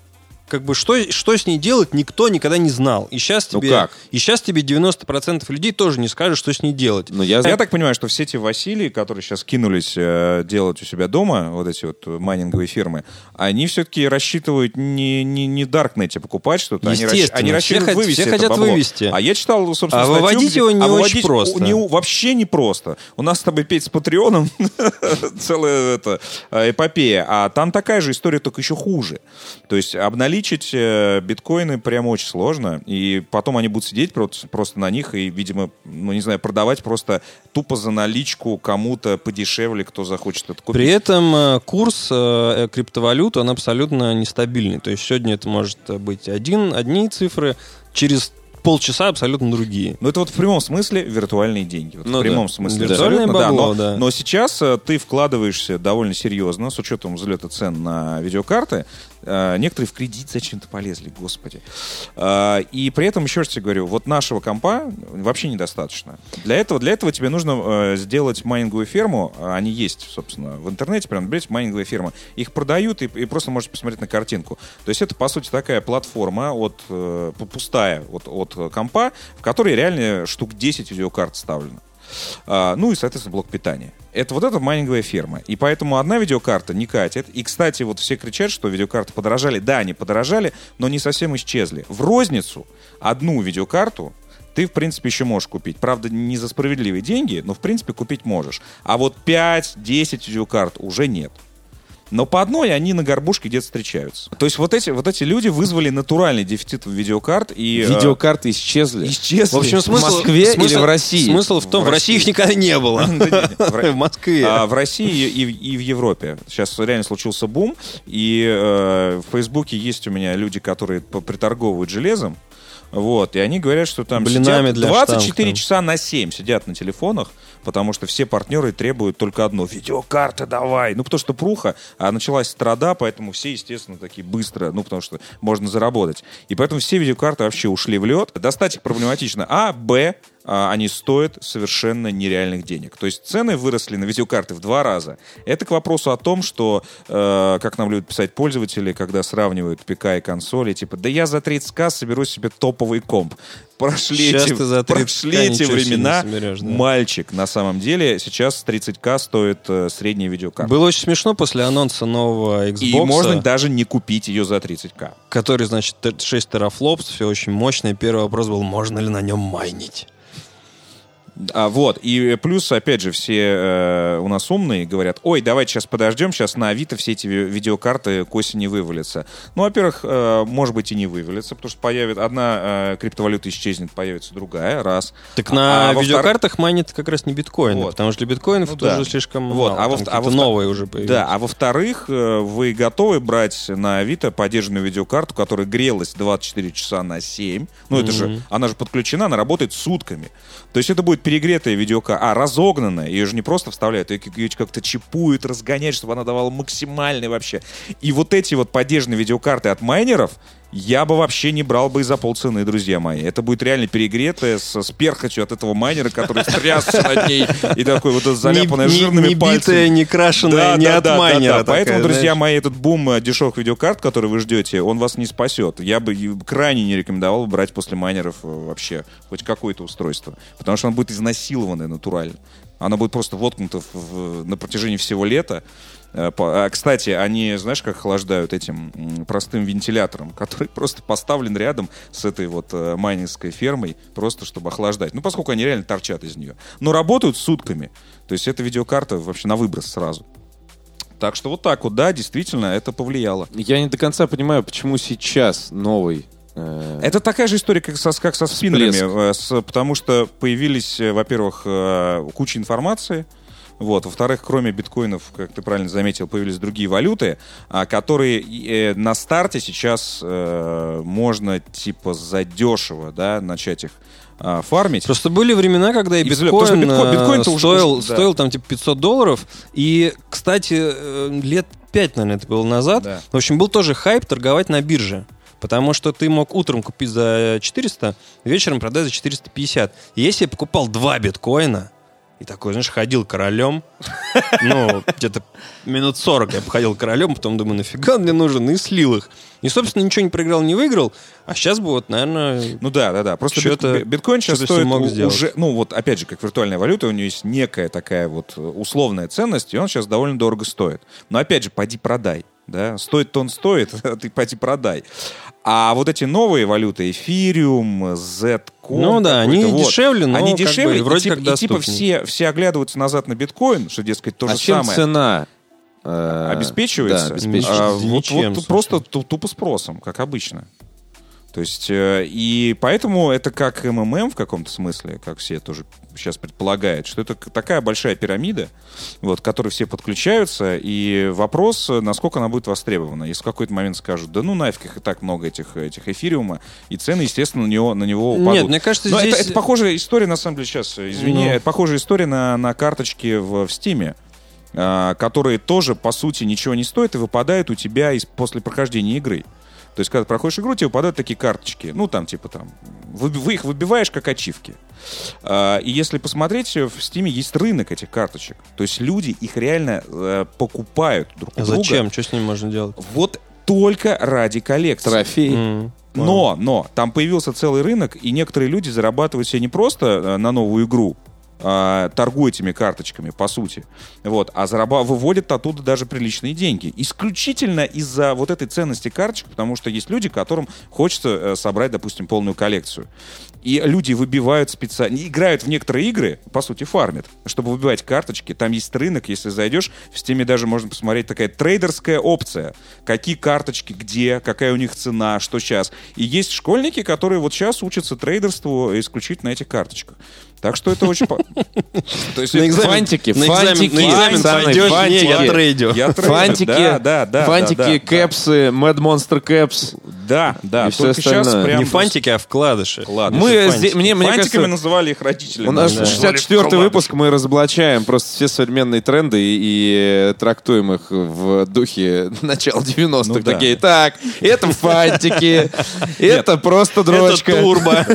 Speaker 2: как бы что, что с ней делать, никто никогда не знал. И сейчас
Speaker 1: Ну
Speaker 2: тебе,
Speaker 1: как?
Speaker 2: И сейчас тебе 90% людей тоже не скажут, что с ней делать.
Speaker 1: Ну, я,
Speaker 3: Я так понимаю, что все эти Василии, которые сейчас кинулись э, делать у себя дома, вот эти вот майнинговые фирмы, они все-таки рассчитывают не, не, не даркнете покупать что-то, они, расщ-
Speaker 2: Естественно,
Speaker 3: они
Speaker 2: все
Speaker 3: рассчитывают
Speaker 2: хот-
Speaker 3: вывести
Speaker 2: все
Speaker 3: это
Speaker 2: хотят
Speaker 3: бабло.
Speaker 2: вывести.
Speaker 3: А я читал, собственно,
Speaker 2: А
Speaker 3: статью,
Speaker 2: выводить
Speaker 3: где-
Speaker 2: его не
Speaker 3: а
Speaker 2: очень
Speaker 3: выводить
Speaker 2: просто.
Speaker 3: у- не у- Ну, вообще не просто. У нас с тобой, Петь, с Патреоном целая это, э, эпопея, а там такая же история, только еще хуже. То есть обналичить э, биткоины прямо очень сложно, и потом они будут сидеть просто, просто на них и, видимо, ну, не знаю, продавать просто тупо за наличку кому-то подешевле, кто захочет это купить.
Speaker 2: При этом э, курс э, криптовалют, он абсолютно нестабильный. То есть сегодня это может быть один, одни цифры, через полчаса абсолютно другие.
Speaker 3: Ну, это вот в прямом смысле виртуальные деньги. Вот
Speaker 1: Ну
Speaker 3: в прямом
Speaker 1: да.
Speaker 3: смысле.
Speaker 2: Виртуальное
Speaker 3: абсолютно, да.
Speaker 2: бабло,
Speaker 3: но,
Speaker 2: да.
Speaker 3: но сейчас э, ты вкладываешься довольно серьезно, с учетом взлета цен на видеокарты. Э, некоторые в кредит зачем-то полезли, господи. Э, и при этом, еще раз тебе говорю, вот нашего компа вообще недостаточно. Для этого, для этого тебе нужно э, сделать майнинговую ферму. А Они есть, собственно, в интернете. Прям берите майнинговые фермы. Их продают, и, и просто можете посмотреть на картинку. То есть это, по сути, такая платформа от, э, пу- пустая от, от э, компа, в которой реально штук 10 видеокарт вставлено. А, ну и, соответственно, блок питания. Это вот эта майнинговая ферма. И поэтому одна видеокарта не катит. И, кстати, вот все кричат, что видеокарты подорожали. Да, они подорожали, но не совсем исчезли. В розницу одну видеокарту ты, в принципе, еще можешь купить. Правда, не за справедливые деньги, но, в принципе, купить можешь. А вот 5-10 видеокарт уже нет. Но по одной они на горбушке где-то встречаются. То есть вот эти, вот эти люди вызвали натуральный дефицит видеокарт. И, э,
Speaker 1: Видеокарты исчезли.
Speaker 3: исчезли.
Speaker 1: В общем, смысл- смысл-
Speaker 2: Смысл в том, в России их никогда не было. В Москве.
Speaker 3: А в России и, и в Европе. Сейчас реально случился бум, и э, в Фейсбуке есть у меня люди, которые по- приторговывают железом. Вот, и они говорят, что там
Speaker 2: Блинами
Speaker 3: сидят
Speaker 2: для
Speaker 3: 24
Speaker 2: штанг там.
Speaker 3: часа на 7 сидят на телефонах, потому что все партнеры требуют только одно. Видеокарты давай. Ну, потому что пруха, а началась страда, поэтому все, естественно, такие быстро, ну, потому что можно заработать. И поэтому все видеокарты вообще ушли в лед. Достать их проблематично. А, Б, а, они стоят совершенно нереальных денег. То есть цены выросли на видеокарты в два раза. Это к вопросу о том, что, э, как нам любят писать пользователи, когда сравнивают ПК и консоли, типа, да я за 30к соберу себе топовый комп. Прошли
Speaker 2: Сейчас
Speaker 3: эти,
Speaker 2: ты за 30К
Speaker 3: прошли эти
Speaker 2: ничего себе не
Speaker 3: времена.
Speaker 2: соберешь, да.
Speaker 3: Мальчик, на самом деле, сейчас 30к стоит э, средняя видеокарта.
Speaker 2: Было очень смешно после анонса нового Xbox,
Speaker 3: И можно даже не купить ее за 30к.
Speaker 2: который, значит, т- 6 терафлопс, все очень мощно. И первый вопрос был, можно ли на нем майнить?
Speaker 3: А, вот, и плюс, опять же, все э, у нас умные говорят, ой, давайте сейчас подождем, сейчас на Авито все эти ви- видеокарты к осени вывалятся. Ну, во-первых, э, может быть и не вывалятся, потому что появит одна э, криптовалюта исчезнет, появится другая, раз.
Speaker 2: Так на
Speaker 3: А, во-вторых-
Speaker 2: видеокартах майнит как раз не биткоин,
Speaker 3: Вот.
Speaker 2: потому что для биткоинов
Speaker 3: Ну
Speaker 2: это
Speaker 3: да.
Speaker 2: уже слишком мало.
Speaker 3: Вот, а
Speaker 2: Там
Speaker 3: во-втор- а
Speaker 2: какие-то
Speaker 3: во-втор-
Speaker 2: новые уже появились.
Speaker 3: Да, а во-вторых, э, вы готовы брать на Авито поддержанную видеокарту, которая грелась 24 часа на 7. Ну, это же,
Speaker 2: Мгм.
Speaker 3: она же подключена, она работает сутками. То есть это будет перегретая видеокарта, а разогнанная. Ее же не просто вставляют, ее как- ее как-то чипуют, разгоняют, чтобы она давала максимальный вообще. И вот эти вот поддержанные видеокарты от майнеров, я бы вообще не брал бы и за полцены, друзья мои. Это будет реально перегретая с, с перхотью от этого майнера, который трясся над ней и такой вот заляпанная
Speaker 2: не, не-
Speaker 3: жирными
Speaker 2: не
Speaker 3: пальцами.
Speaker 2: битая, не крашеная, не от майнера.
Speaker 3: да. Поэтому,
Speaker 2: такая,
Speaker 3: друзья
Speaker 2: знаешь.
Speaker 3: мои, этот бум э, дешевых видеокарт, который вы ждете, он вас не спасет. Я бы и крайне не рекомендовал бы брать после майнеров э, вообще хоть какое-то устройство. Потому что оно будет изнасилованное натурально. Оно будет просто воткнуто в- в- на протяжении всего лета. Э, по- а, Кстати, они, знаешь, как охлаждают этим м, простым вентилятором, который просто поставлен рядом с этой вот э, майнинской фермой, просто чтобы охлаждать. Ну, поскольку они реально торчат из нее. Но работают сутками. То есть эта видеокарта вообще на выброс сразу. Так что вот так вот, да, действительно, это повлияло.
Speaker 1: Я не до конца понимаю, почему сейчас новый э,
Speaker 3: Это такая же история, как со, как со спиннерами, э, с- потому что появились, э, во-первых, э, куча информации, вот, во-вторых, кроме биткоинов, как ты правильно заметил, появились другие валюты, а, которые э, на старте сейчас э, можно типа задешево, да, начать их а, фармить.
Speaker 2: Просто были времена, когда и,
Speaker 3: И взлет.
Speaker 2: биткоин,
Speaker 3: Просто битко-
Speaker 2: э,
Speaker 3: биткоин-то уж-
Speaker 2: стоил,
Speaker 3: уж- да.
Speaker 2: стоил там типа 500 долларов. И, кстати, э, лет 5, наверное, это было назад.
Speaker 3: Да.
Speaker 2: В общем, был тоже хайп торговать на бирже. Потому что ты мог утром купить за 400, вечером продать за 450. И Если я покупал два биткоина, и такой, знаешь, ходил королем, ну, где-то минут 40 я походил королем, потом думаю, нафига он мне нужен, и слил их. И, собственно, ничего не проиграл, не выиграл. А сейчас бы вот, наверное,
Speaker 3: Ну да, да, да. Просто бит-
Speaker 2: Чё-то-
Speaker 3: би- биткоин сейчас
Speaker 2: чё-то с
Speaker 3: стоит
Speaker 2: ним мог
Speaker 3: у-
Speaker 2: сделать.
Speaker 3: уже, ну вот опять же, как виртуальная валюта, у нее есть некая такая вот э, условная ценность, и он сейчас довольно дорого стоит. Но опять же, поди продай. Да? Стоит-то он стоит, а ты поди продай. А вот эти новые валюты, эфириум, z
Speaker 2: Ну да, они дешевле, но
Speaker 3: они
Speaker 2: как бы
Speaker 3: дешевле,
Speaker 2: и
Speaker 3: и
Speaker 2: вроде
Speaker 3: типа-
Speaker 2: как
Speaker 3: и типа
Speaker 2: доступнее.
Speaker 3: все, все оглядываются назад на биткоин, что, дескать, то
Speaker 1: а
Speaker 3: же
Speaker 1: чем
Speaker 3: самое. А,
Speaker 1: цена э,
Speaker 3: обеспечивается,
Speaker 1: Да, обеспечивается.
Speaker 3: А,
Speaker 2: Ни-
Speaker 3: вот,
Speaker 2: А, ничем,
Speaker 3: вот
Speaker 2: собственно.
Speaker 3: просто ту- тупо спросом, как обычно. То есть, э, и поэтому это как МММ в каком-то смысле, как все тоже сейчас предполагают, что это к- такая большая пирамида, вот, к которой все подключаются, и вопрос, э, насколько она будет востребована. Если в какой-то момент скажут, да ну нафиг, их и так много этих, этих эфириума, и цены, естественно, на него, на него упадут.
Speaker 2: Нет, ну мне кажется,
Speaker 3: Но Ну, это-
Speaker 2: здесь-
Speaker 3: это, похожая история, на самом деле, сейчас, э, извини,
Speaker 2: Ну.
Speaker 3: это похожая история на, на карточки в, в Стиме а, которые тоже, по сути, ничего не стоят и выпадают у тебя из, после прохождения игры. То есть, когда ты проходишь игру, тебе выпадают такие карточки. Ну, там, типа, там, вы, вы их выбиваешь как ачивки. А, и если посмотреть, в Стиме есть рынок этих карточек. То есть люди их реально э, покупают друг у
Speaker 2: а
Speaker 3: друга.
Speaker 2: зачем? Что с ним можно делать?
Speaker 3: Вот только ради коллекции.
Speaker 1: Трофей.
Speaker 2: М, понял.
Speaker 3: Но, но, там появился целый рынок, и некоторые люди зарабатывают себе не просто э, на новую игру, а, торгуя этими карточками, по сути, вот, а зараба- выводят оттуда даже приличные деньги. Исключительно из-за вот этой ценности карточек, потому что есть люди, которым хочется э, собрать, допустим, полную коллекцию. И люди выбивают специально, играют в некоторые игры, по сути, фармят, чтобы выбивать карточки. Там есть рынок, если зайдешь, в стиме даже можно посмотреть такая трейдерская опция. Какие карточки, где, какая у них цена, что сейчас. И есть школьники, которые вот сейчас учатся трейдерству исключительно на этих карточках. Так что это очень... по- Ну, То есть
Speaker 2: На
Speaker 3: это-
Speaker 2: экзамен-
Speaker 1: Фантики,
Speaker 2: на экзамен-
Speaker 1: фантики,
Speaker 2: на экзамен
Speaker 1: пацаны,
Speaker 2: пойдешь, не, я
Speaker 1: фантики.
Speaker 2: трейдю.
Speaker 3: Я трейдер,
Speaker 1: Фантики,
Speaker 3: да, да, да,
Speaker 1: фантики,
Speaker 3: да, да,
Speaker 1: кэпсы, Mad Monster Кэпс.
Speaker 3: Да, да.
Speaker 1: И всё
Speaker 3: Только сейчас
Speaker 1: остальное.
Speaker 3: прям...
Speaker 2: не фантики, а вкладыши.
Speaker 3: Ладно.
Speaker 1: Мы
Speaker 2: фантики.
Speaker 1: здесь- мне, мне
Speaker 3: Фантиками
Speaker 1: кажется,
Speaker 3: называли их родители.
Speaker 1: у нас
Speaker 2: Да.
Speaker 1: 64-й выпуск, мы разоблачаем просто все современные тренды и, и трактуем их в духе начала 90-х.
Speaker 3: Ну да.
Speaker 1: Такие, так, это фантики, это просто дрочка.
Speaker 2: Это турбо.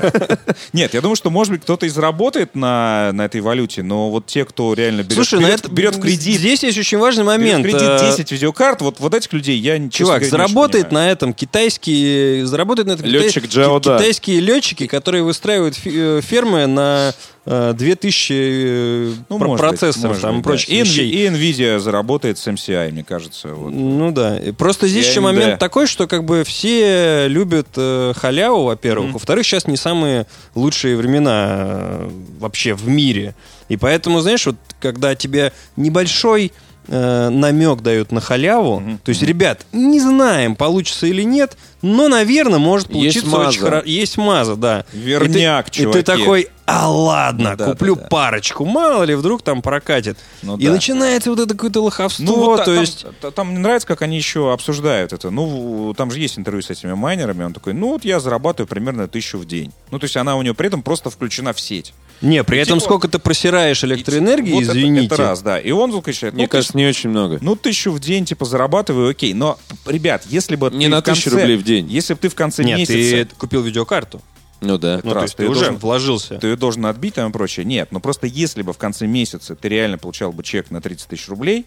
Speaker 3: Нет, я думаю, что, может быть, кто-то и заработает на, на этой валюте, но вот те, кто реально берет,
Speaker 2: Слушай, ну
Speaker 3: берет,
Speaker 2: это
Speaker 3: берет в кредит,
Speaker 2: Здесь есть очень важный
Speaker 3: берет в
Speaker 2: момент.
Speaker 3: кредит
Speaker 2: Э,
Speaker 3: 10 видеокарт, вот, вот этих людей я, честно
Speaker 2: Чувак,
Speaker 3: говоря, не
Speaker 2: заработает
Speaker 3: очень понимаю.
Speaker 2: на этом китайские, заработает на этом китай-
Speaker 1: Лётчик
Speaker 2: ки-
Speaker 1: Джао Да.
Speaker 2: китайские летчики, которые выстраивают фи- э, фермы на э, 2000 э,
Speaker 3: Ну,
Speaker 2: про-
Speaker 3: может быть,
Speaker 2: процессоров
Speaker 3: может
Speaker 2: там и
Speaker 3: быть, да.
Speaker 2: прочих
Speaker 3: И Nvi-
Speaker 2: вещей.
Speaker 3: И NVIDIA заработает с MCI, мне кажется. вот.
Speaker 2: Ну да. И Просто здесь
Speaker 3: И
Speaker 2: еще
Speaker 3: AMD.
Speaker 2: момент такой, что как бы все любят э, халяву, во-первых. Во-вторых, сейчас не самые лучшие времена э, вообще в мире. И поэтому, знаешь, вот когда тебе небольшой э, намек дают на халяву,
Speaker 3: Мгм.
Speaker 2: то есть, ребят, не знаем, получится или нет, но, наверное, может
Speaker 1: Есть
Speaker 2: получиться очень
Speaker 1: маза.
Speaker 2: хоро- Есть маза, да.
Speaker 3: Верняк,
Speaker 2: и ты, и
Speaker 3: чуваки.
Speaker 2: ты такой, а ладно,
Speaker 3: Да, да,
Speaker 2: куплю
Speaker 3: да.
Speaker 2: парочку, мало ли, вдруг там прокатит.
Speaker 3: Ну
Speaker 2: и
Speaker 3: да.
Speaker 2: начинается вот это какое-то лоховство,
Speaker 3: Ну, вот та-
Speaker 2: то
Speaker 3: там,
Speaker 2: есть...
Speaker 3: та- там мне нравится, как они еще обсуждают это. Ну, там же есть интервью с этими майнерами. Он такой, ну вот я зарабатываю примерно тысячу в день. Ну, то есть она у него при этом просто включена в сеть.
Speaker 2: Не, при
Speaker 3: Ну,
Speaker 2: этом
Speaker 3: типа-
Speaker 2: сколько ты просираешь электроэнергии,
Speaker 3: Вот это-
Speaker 2: извините.
Speaker 3: Это, раз, да. И он включает,
Speaker 1: Мне
Speaker 3: ну,
Speaker 1: кажется, не очень много.
Speaker 3: Ну, тысячу в день, типа, зарабатываю, окей. Но, ребят, если бы
Speaker 1: Не
Speaker 3: ты
Speaker 1: на
Speaker 3: в конце-
Speaker 1: 1000 рублей в день.
Speaker 3: Если бы ты в конце
Speaker 2: Нет,
Speaker 3: месяца...
Speaker 2: ты купил видеокарту.
Speaker 1: Ну да.
Speaker 2: Ну, то
Speaker 3: раз,
Speaker 2: есть
Speaker 3: ты
Speaker 2: ты уже
Speaker 3: должен-
Speaker 2: вложился.
Speaker 3: Ты ее должен отбить там и прочее. Нет, но просто если бы в конце месяца ты реально получал бы чек на 30 тысяч рублей,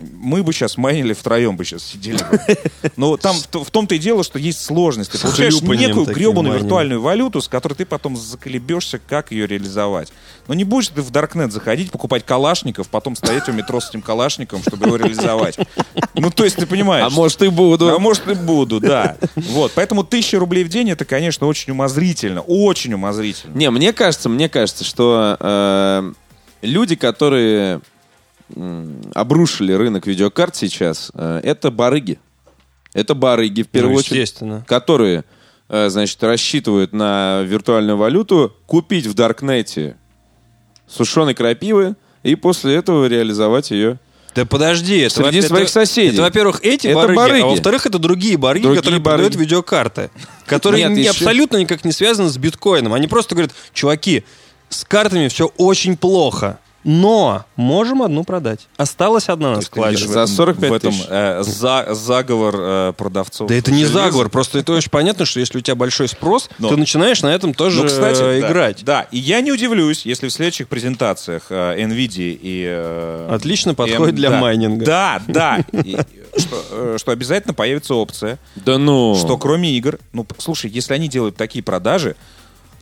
Speaker 3: мы бы сейчас майнили втроем бы сейчас сидели. бы. Но там в то- в том-то и дело, что есть сложности. Ты
Speaker 2: С
Speaker 3: получаешь
Speaker 2: хлюпаньем
Speaker 3: некую
Speaker 2: таким
Speaker 3: гребаную
Speaker 2: майним.
Speaker 3: виртуальную валюту, с которой ты потом заколебешься, как ее реализовать. Но не будешь ты в Даркнет заходить, покупать калашников, потом стоять у метро с этим калашником, чтобы его реализовать. Ну, то есть ты понимаешь.
Speaker 1: А может и буду.
Speaker 3: А может и буду, да. Вот, поэтому тысяча рублей в день это, конечно, очень умозрительно, очень умозрительно.
Speaker 1: Не, мне кажется, мне кажется, что э, люди, которые м, обрушили рынок видеокарт сейчас, э, это барыги. Это барыги, в первую
Speaker 2: Ну,
Speaker 1: очередь,
Speaker 2: естественно.
Speaker 1: которые э, значит, рассчитывают на виртуальную валюту, купить в Даркнете сушеной крапивы и после этого реализовать ее.
Speaker 2: Да подожди, это,
Speaker 1: Среди
Speaker 2: во- это-
Speaker 1: своих соседей.
Speaker 2: Это, во-первых, эти
Speaker 1: Это
Speaker 2: барыги,
Speaker 1: барыги.
Speaker 2: а во-вторых, это другие барыги,
Speaker 1: Другие
Speaker 2: которые
Speaker 1: барыги.
Speaker 2: продают видеокарты, которые
Speaker 1: Нет,
Speaker 2: ни-
Speaker 1: еще-
Speaker 2: абсолютно никак не связаны с биткоином. Они просто говорят, чуваки, с картами все очень плохо, но можем одну продать. Осталась одна на складе.
Speaker 1: видишь, За 45
Speaker 3: в этом,
Speaker 1: тысяч.
Speaker 3: э, за, заговор э, продавцов.
Speaker 2: Да это не
Speaker 3: железа.
Speaker 2: заговор, просто это очень понятно, что если у тебя большой спрос,
Speaker 3: Но-
Speaker 2: ты начинаешь на этом тоже
Speaker 3: Ну, кстати,
Speaker 2: э,
Speaker 3: да,
Speaker 2: играть.
Speaker 3: Да, и я не удивлюсь, если в следующих презентациях э, NVIDIA и... э,
Speaker 2: Отлично подходит
Speaker 3: M,
Speaker 2: для
Speaker 3: да.
Speaker 2: майнинга.
Speaker 3: Да, да. И, э, что, э, что обязательно появится опция,
Speaker 1: Да ну.
Speaker 3: что кроме игр... Ну, п- слушай, если они делают такие продажи,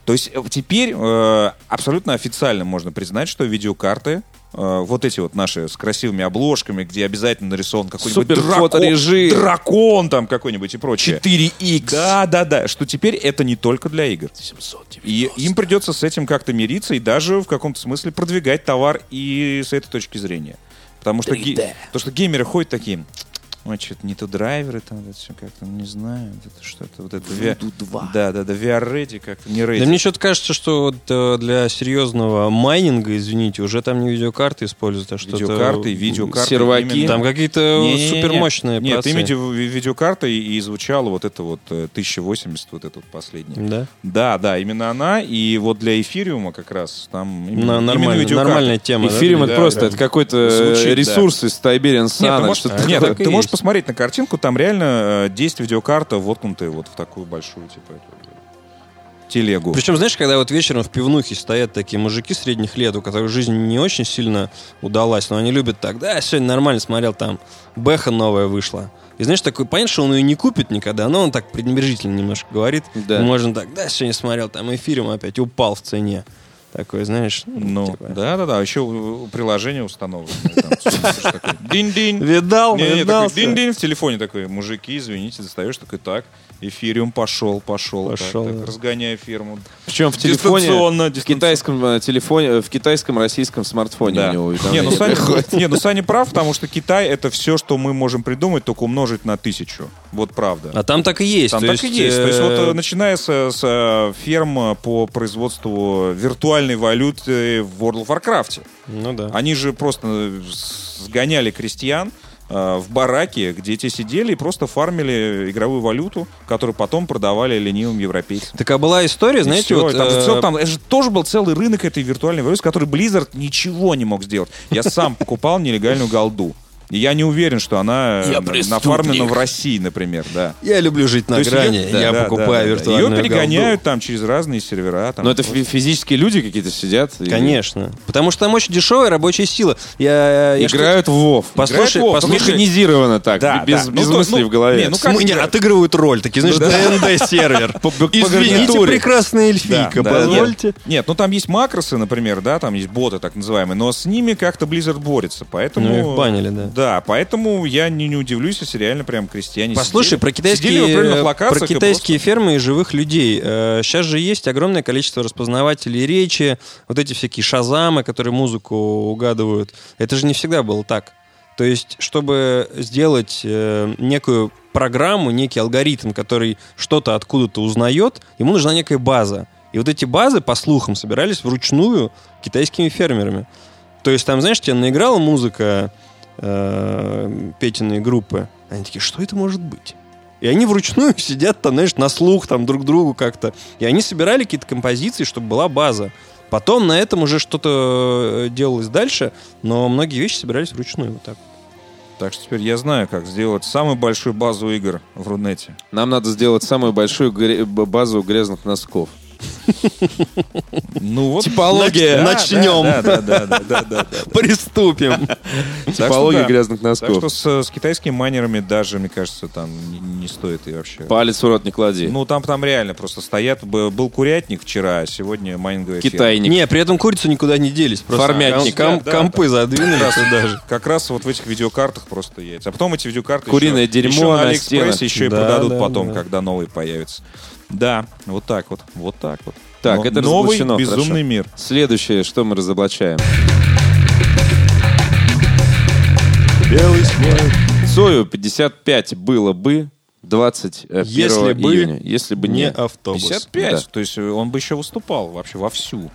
Speaker 3: то есть э, теперь э, абсолютно официально можно признать, что видеокарты э, вот эти вот наши с красивыми обложками, где обязательно нарисован какой-нибудь дракон,
Speaker 1: Суперфоторежим.
Speaker 3: дракон там какой-нибудь и прочее.
Speaker 1: 4X.
Speaker 3: Да, да, да. Что теперь это не только для игр. И им придется с этим как-то мириться и даже в каком-то смысле продвигать товар и с этой точки зрения. Потому что, ге- то, что геймеры ходят такие, ой, что-то не то драйверы там, это все как-то, ну, не знаю, вот это что-то, вот это... ви- Да, да, да, VR ready как-то, не ready.
Speaker 2: Да мне что-то кажется, что вот э, для серьезного майнинга, извините, уже там не видеокарты используют, а что-то...
Speaker 3: Видеокарты, видеокарты.
Speaker 1: серваки.
Speaker 3: именно.
Speaker 2: Там какие-то
Speaker 3: Не-не-не-не.
Speaker 2: супермощные
Speaker 3: Нет,
Speaker 2: процессы.
Speaker 3: именно ви- видеокарта и, и звучала вот это вот э, 1080, вот это вот последнее.
Speaker 2: Да.
Speaker 3: Да, да, именно она. И вот для эфириума как раз там именно,
Speaker 2: На-
Speaker 3: именно
Speaker 2: нормальная,
Speaker 3: видеокарта.
Speaker 2: нормальная тема. да?
Speaker 1: Эфириум это
Speaker 3: Да,
Speaker 1: просто,
Speaker 3: да.
Speaker 1: это какой-то э,
Speaker 3: Звучит, да.
Speaker 1: ресурс из Tiberian
Speaker 3: Нет, ты
Speaker 1: Sun. а
Speaker 3: можешь,
Speaker 1: что-то
Speaker 3: нет,
Speaker 1: такое.
Speaker 2: так
Speaker 3: ты
Speaker 2: и
Speaker 3: можешь
Speaker 2: есть.
Speaker 3: посмотреть на картинку, там реально э, 10 видеокарта воткнутые вот в такую большую, типа, эту телегу.
Speaker 2: Причем, знаешь, когда вот вечером в пивнухе стоят такие мужики средних лет, у которых жизнь не очень сильно удалась, но они любят так, да, я сегодня нормально смотрел, там Бэха новая вышла. И знаешь, такой, понятно, что он ее не купит никогда, но он так пренебрежительно немножко говорит.
Speaker 1: Да.
Speaker 2: Можно так, да, сегодня смотрел, там эфиром опять упал в цене. Такой, знаешь,
Speaker 3: Ну,
Speaker 2: типа,
Speaker 3: да, да, да. Еще у- у приложение установлено. там, смотришь, такой, Динь-динь.
Speaker 2: Видал,
Speaker 3: Не, не,
Speaker 2: видал.
Speaker 3: такой динь-динь в телефоне такой, мужики, извините, достаешь такой, так, эфириум пошел, пошел, так,
Speaker 2: Пошел,
Speaker 3: так,
Speaker 2: да.
Speaker 3: разгоняй фирму.
Speaker 1: Причем в телефоне,
Speaker 3: дистанционно,
Speaker 1: в китайском э, телефоне, э, в китайском российском смартфоне у него
Speaker 3: не,
Speaker 1: уведомления
Speaker 3: ну Саня,
Speaker 1: приходят.
Speaker 3: не, ну Саня прав, потому что Китай это все, что мы можем придумать, только умножить на тысячу. Вот правда.
Speaker 2: А там так и есть.
Speaker 3: Там
Speaker 2: то
Speaker 3: так и есть. То есть
Speaker 2: э,
Speaker 3: вот э, начиная с, э, с, э, ферм э, по производству виртуальной валюты в World of Warcraft.
Speaker 2: Ну да.
Speaker 3: Они же просто э, сгоняли крестьян э, в бараке, где те сидели и просто фармили игровую валюту, которую потом продавали ленивым европейцам.
Speaker 2: Так а была история,
Speaker 3: И
Speaker 2: знаете,
Speaker 3: всё,
Speaker 2: вот...
Speaker 3: и там, же
Speaker 2: э,
Speaker 3: всё там- это же тоже был целый рынок этой виртуальной валюты, с которой Blizzard ничего не мог сделать. Я сам покупал нелегальную голду. И я не уверен, что она э, нафармлена в России, например, да.
Speaker 2: Я люблю жить на
Speaker 3: То есть её-
Speaker 2: грани,
Speaker 3: да,
Speaker 2: я
Speaker 3: да, да, да,
Speaker 2: покупаю
Speaker 3: да.
Speaker 2: виртуальную Ну,
Speaker 3: Ее
Speaker 2: голду.
Speaker 3: перегоняют там через разные сервера. Там,
Speaker 1: Но это фи- физические люди какие-то сидят. и
Speaker 2: Конечно. Потому что там очень дешевая рабочая сила. Я, я
Speaker 1: Играют в Вов.
Speaker 2: Послушай,
Speaker 3: Играют в WoW,
Speaker 2: послушай.
Speaker 1: Механизированно так,
Speaker 3: Да,
Speaker 1: без,
Speaker 3: да.
Speaker 1: без
Speaker 3: Ну, то-
Speaker 1: мыслей
Speaker 3: ну,
Speaker 1: в голове.
Speaker 3: не, ну,
Speaker 2: В смысле,
Speaker 3: как-
Speaker 2: отыгрывают роль, такие, знаешь, ДНД-сервер. Извините,
Speaker 1: гарнитуре.
Speaker 2: прекрасная
Speaker 3: Да,
Speaker 2: эльфийка,
Speaker 3: да,
Speaker 2: позвольте.
Speaker 3: Нет, нет, ну там есть макросы, например, да, там есть боты так называемые, но с ними как-то Blizzard борется, поэтому...
Speaker 2: Ну, их банили, да.
Speaker 3: Да, поэтому я не, не удивлюсь, если реально прям крестьяне
Speaker 2: Послушай,
Speaker 3: сидели-
Speaker 2: про
Speaker 3: сидели в определенных
Speaker 2: китайские, э,
Speaker 3: локациях
Speaker 2: про
Speaker 3: и
Speaker 2: китайские фермы и живых людей. Сейчас же есть огромное количество распознавателей речи, вот эти всякие шазамы, которые музыку угадывают. Это же не всегда было так. То есть, чтобы сделать э, некую программу, некий алгоритм, который что-то откуда-то узнает, ему нужна некая база. И вот эти базы, по слухам, собирались вручную китайскими фермерами. То есть там, знаешь, тебе наиграла музыка э, Петиной группы. Они такие, что это может быть? И они вручную сидят там, знаешь, на слух там друг другу как-то. И они собирали какие-то композиции, чтобы была база. Потом на этом уже что-то э, делалось дальше, но многие вещи собирались вручную вот так.
Speaker 3: просто. Так что теперь я знаю, как сделать самую большую базу игр в Рунете.
Speaker 1: Нам надо сделать самую большую гре- б- базу грязных носков.
Speaker 3: Ну вот...
Speaker 2: Типология.
Speaker 3: Да,
Speaker 2: Начнем.
Speaker 3: Да, да, да, да, да, да, да.
Speaker 2: Приступим.
Speaker 3: что
Speaker 1: Типология
Speaker 3: да.
Speaker 1: грязных
Speaker 3: Так
Speaker 1: носков.
Speaker 3: что с, с китайскими майнерами даже, мне кажется, там не, не стоит и вообще.
Speaker 1: Палец в рот не клади.
Speaker 3: Ну, там, там реально просто стоят. Б- Был курятник вчера, а сегодня майнинговая ферма.
Speaker 1: Китайник.
Speaker 2: Не, при этом курицу никуда не делись. Просто
Speaker 1: Формятник.
Speaker 2: ком- ком-
Speaker 3: Да, да,
Speaker 2: Компы задвинули сюда же.
Speaker 3: Как раз вот в этих видеокартах просто яйца. А потом эти видеокарты
Speaker 1: Куриное
Speaker 3: еще,
Speaker 1: дерьмо
Speaker 3: еще на
Speaker 1: на
Speaker 3: Алиэкспрессе
Speaker 1: стенах.
Speaker 3: еще и
Speaker 2: Да,
Speaker 3: продадут
Speaker 2: да,
Speaker 3: потом,
Speaker 2: да.
Speaker 3: когда новые появятся. Да, вот так вот, вот так вот.
Speaker 1: Так,
Speaker 3: Но-
Speaker 1: это
Speaker 3: новый
Speaker 1: разоблачено,
Speaker 3: безумный
Speaker 1: хорошо.
Speaker 3: мир.
Speaker 1: Следующее, что мы разоблачаем.
Speaker 3: Белый снег.
Speaker 1: Цою 55 было бы, 21
Speaker 2: Если бы
Speaker 1: июня. Если бы
Speaker 2: Не
Speaker 1: не...
Speaker 2: автобус.
Speaker 3: 55,
Speaker 1: Да.
Speaker 3: то есть э, он бы еще выступал вообще вовсю.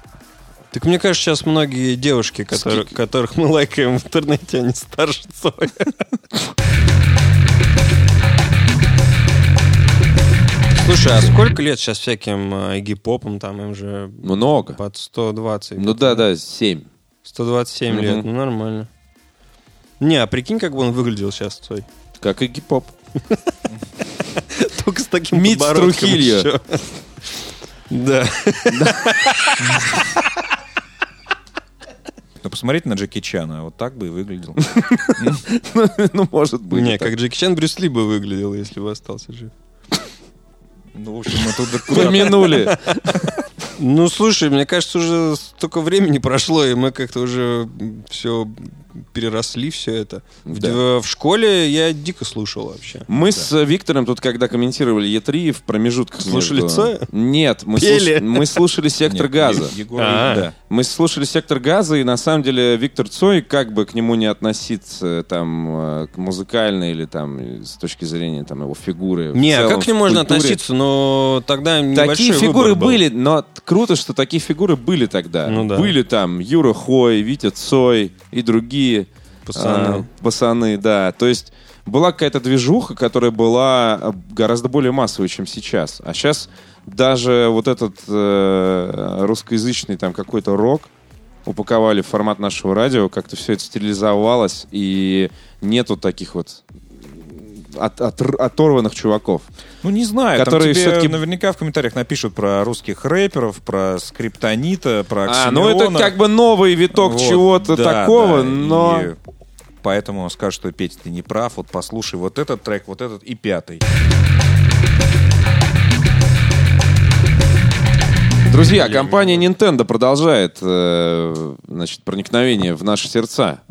Speaker 2: Так мне кажется, сейчас многие девушки, которые-
Speaker 1: Скики.
Speaker 2: которых мы лайкаем в интернете, они старше Цоя. Слушай, а сколько лет сейчас всяким э, гип-попам, там им же
Speaker 1: Много.
Speaker 2: под 120?
Speaker 1: Ну да, да, 7.
Speaker 2: 127
Speaker 1: Мгм.
Speaker 2: лет, ну нормально. Не, а прикинь, как бы он выглядел сейчас, Цой.
Speaker 1: Как и гип-поп.
Speaker 2: Только с таким
Speaker 1: Мид
Speaker 2: подбородком
Speaker 1: Струхильо.
Speaker 2: еще. Да.
Speaker 3: Но посмотрите на Джеки Чана, вот так бы и выглядел.
Speaker 1: Ну, может быть.
Speaker 2: Не,
Speaker 1: это.
Speaker 2: как Джеки Чан Брюс Ли бы выглядел, если бы остался жив.
Speaker 3: Ну, в общем, мы тут куда
Speaker 1: Помянули.
Speaker 2: Ну, слушай, мне кажется, уже столько времени прошло, и мы как-то уже все переросли все это. В-
Speaker 1: Да.
Speaker 2: В, школе я дико слушал вообще.
Speaker 1: Мы с э, Виктором тут, когда комментировали Е3, в промежутках...
Speaker 2: Слушали
Speaker 1: между-
Speaker 2: Цоя?
Speaker 1: Нет, мы
Speaker 2: Пели.
Speaker 1: слуш- мы слушали «Сектор
Speaker 3: Нет,
Speaker 1: газа».
Speaker 3: Е- Егор,
Speaker 2: А.
Speaker 3: да.
Speaker 1: Мы слушали «Сектор газа», и на самом деле Виктор Цой, как бы к нему не относиться, там, э, к музыкально или там э, с точки зрения там, его фигуры. в
Speaker 2: Не, а
Speaker 1: целом,
Speaker 2: как к нему
Speaker 1: в
Speaker 2: можно
Speaker 1: культуре,
Speaker 2: относиться? Но тогда
Speaker 1: Такие
Speaker 2: небольшой
Speaker 1: фигуры
Speaker 2: выбор был.
Speaker 1: были, но т- круто, что такие фигуры были тогда.
Speaker 2: Ну да.
Speaker 1: Были там Юра Хой, Витя Цой и другие
Speaker 2: Пацаны.
Speaker 1: а, пацаны, да. То есть была какая-то движуха, которая была э, гораздо более массовой, чем сейчас. А сейчас даже вот этот э, русскоязычный там какой-то рок упаковали в формат нашего радио, как-то все это стерилизовалось, и нету таких вот э, от- отр- оторванных чуваков.
Speaker 3: Ну, не знаю,
Speaker 1: Которые
Speaker 3: которые там тебе
Speaker 1: всё-таки-
Speaker 3: наверняка в комментариях напишут про русских рэперов, про скриптонита, про
Speaker 1: А, ну это
Speaker 3: Оксимирона.
Speaker 1: как бы новый виток
Speaker 3: Вот,
Speaker 1: чего-то
Speaker 3: да,
Speaker 1: такого,
Speaker 3: да,
Speaker 1: но...
Speaker 3: и Поэтому он скажет, что Петя, ты не прав, вот послушай вот этот трек, вот этот и пятый.
Speaker 1: Друзья, компания Nintendo продолжает э, значит, проникновение в наши сердца.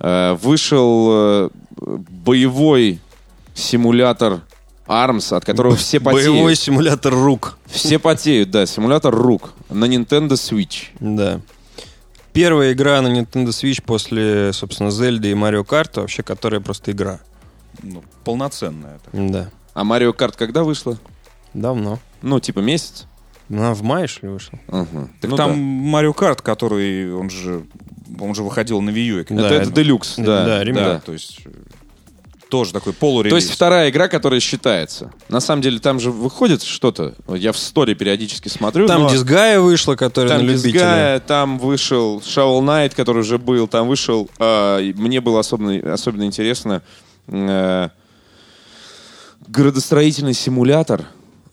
Speaker 1: Э, вышел э, боевой симулятор ARMS, от которого все
Speaker 2: Боевой
Speaker 1: потеют.
Speaker 2: симулятор рук.
Speaker 1: Все потеют, да, симулятор рук на Nintendo Switch.
Speaker 2: Да. Первая игра на Nintendo Switch после, собственно, Зельды и Марио Карта, вообще, которая просто игра.
Speaker 3: Ну, полноценная. это.
Speaker 2: Да.
Speaker 1: А Mario Kart когда вышла?
Speaker 2: Давно.
Speaker 1: Ну, типа месяц.
Speaker 2: Она в мае, что ли, вышла?
Speaker 1: Мгм.
Speaker 3: Так
Speaker 1: Ну
Speaker 3: там Марио Карт, который, он же, он же выходил на Wii U. и
Speaker 1: да.
Speaker 2: Да,
Speaker 1: это, это
Speaker 2: это-
Speaker 1: Deluxe, да.
Speaker 2: да, ремейк.
Speaker 3: Да, то есть э, тоже такой полурелиз.
Speaker 1: То есть вторая игра, которая считается. На самом деле там же выходит что-то. Я в сторе периодически смотрю.
Speaker 2: Там
Speaker 1: но-
Speaker 2: Дизгая вышла, которая
Speaker 1: Там
Speaker 2: на любителя.
Speaker 1: Disgaea, там вышел Shovel Knight, который уже был, там вышел... э, и мне было особенно, особенно интересно э, градостроительный симулятор,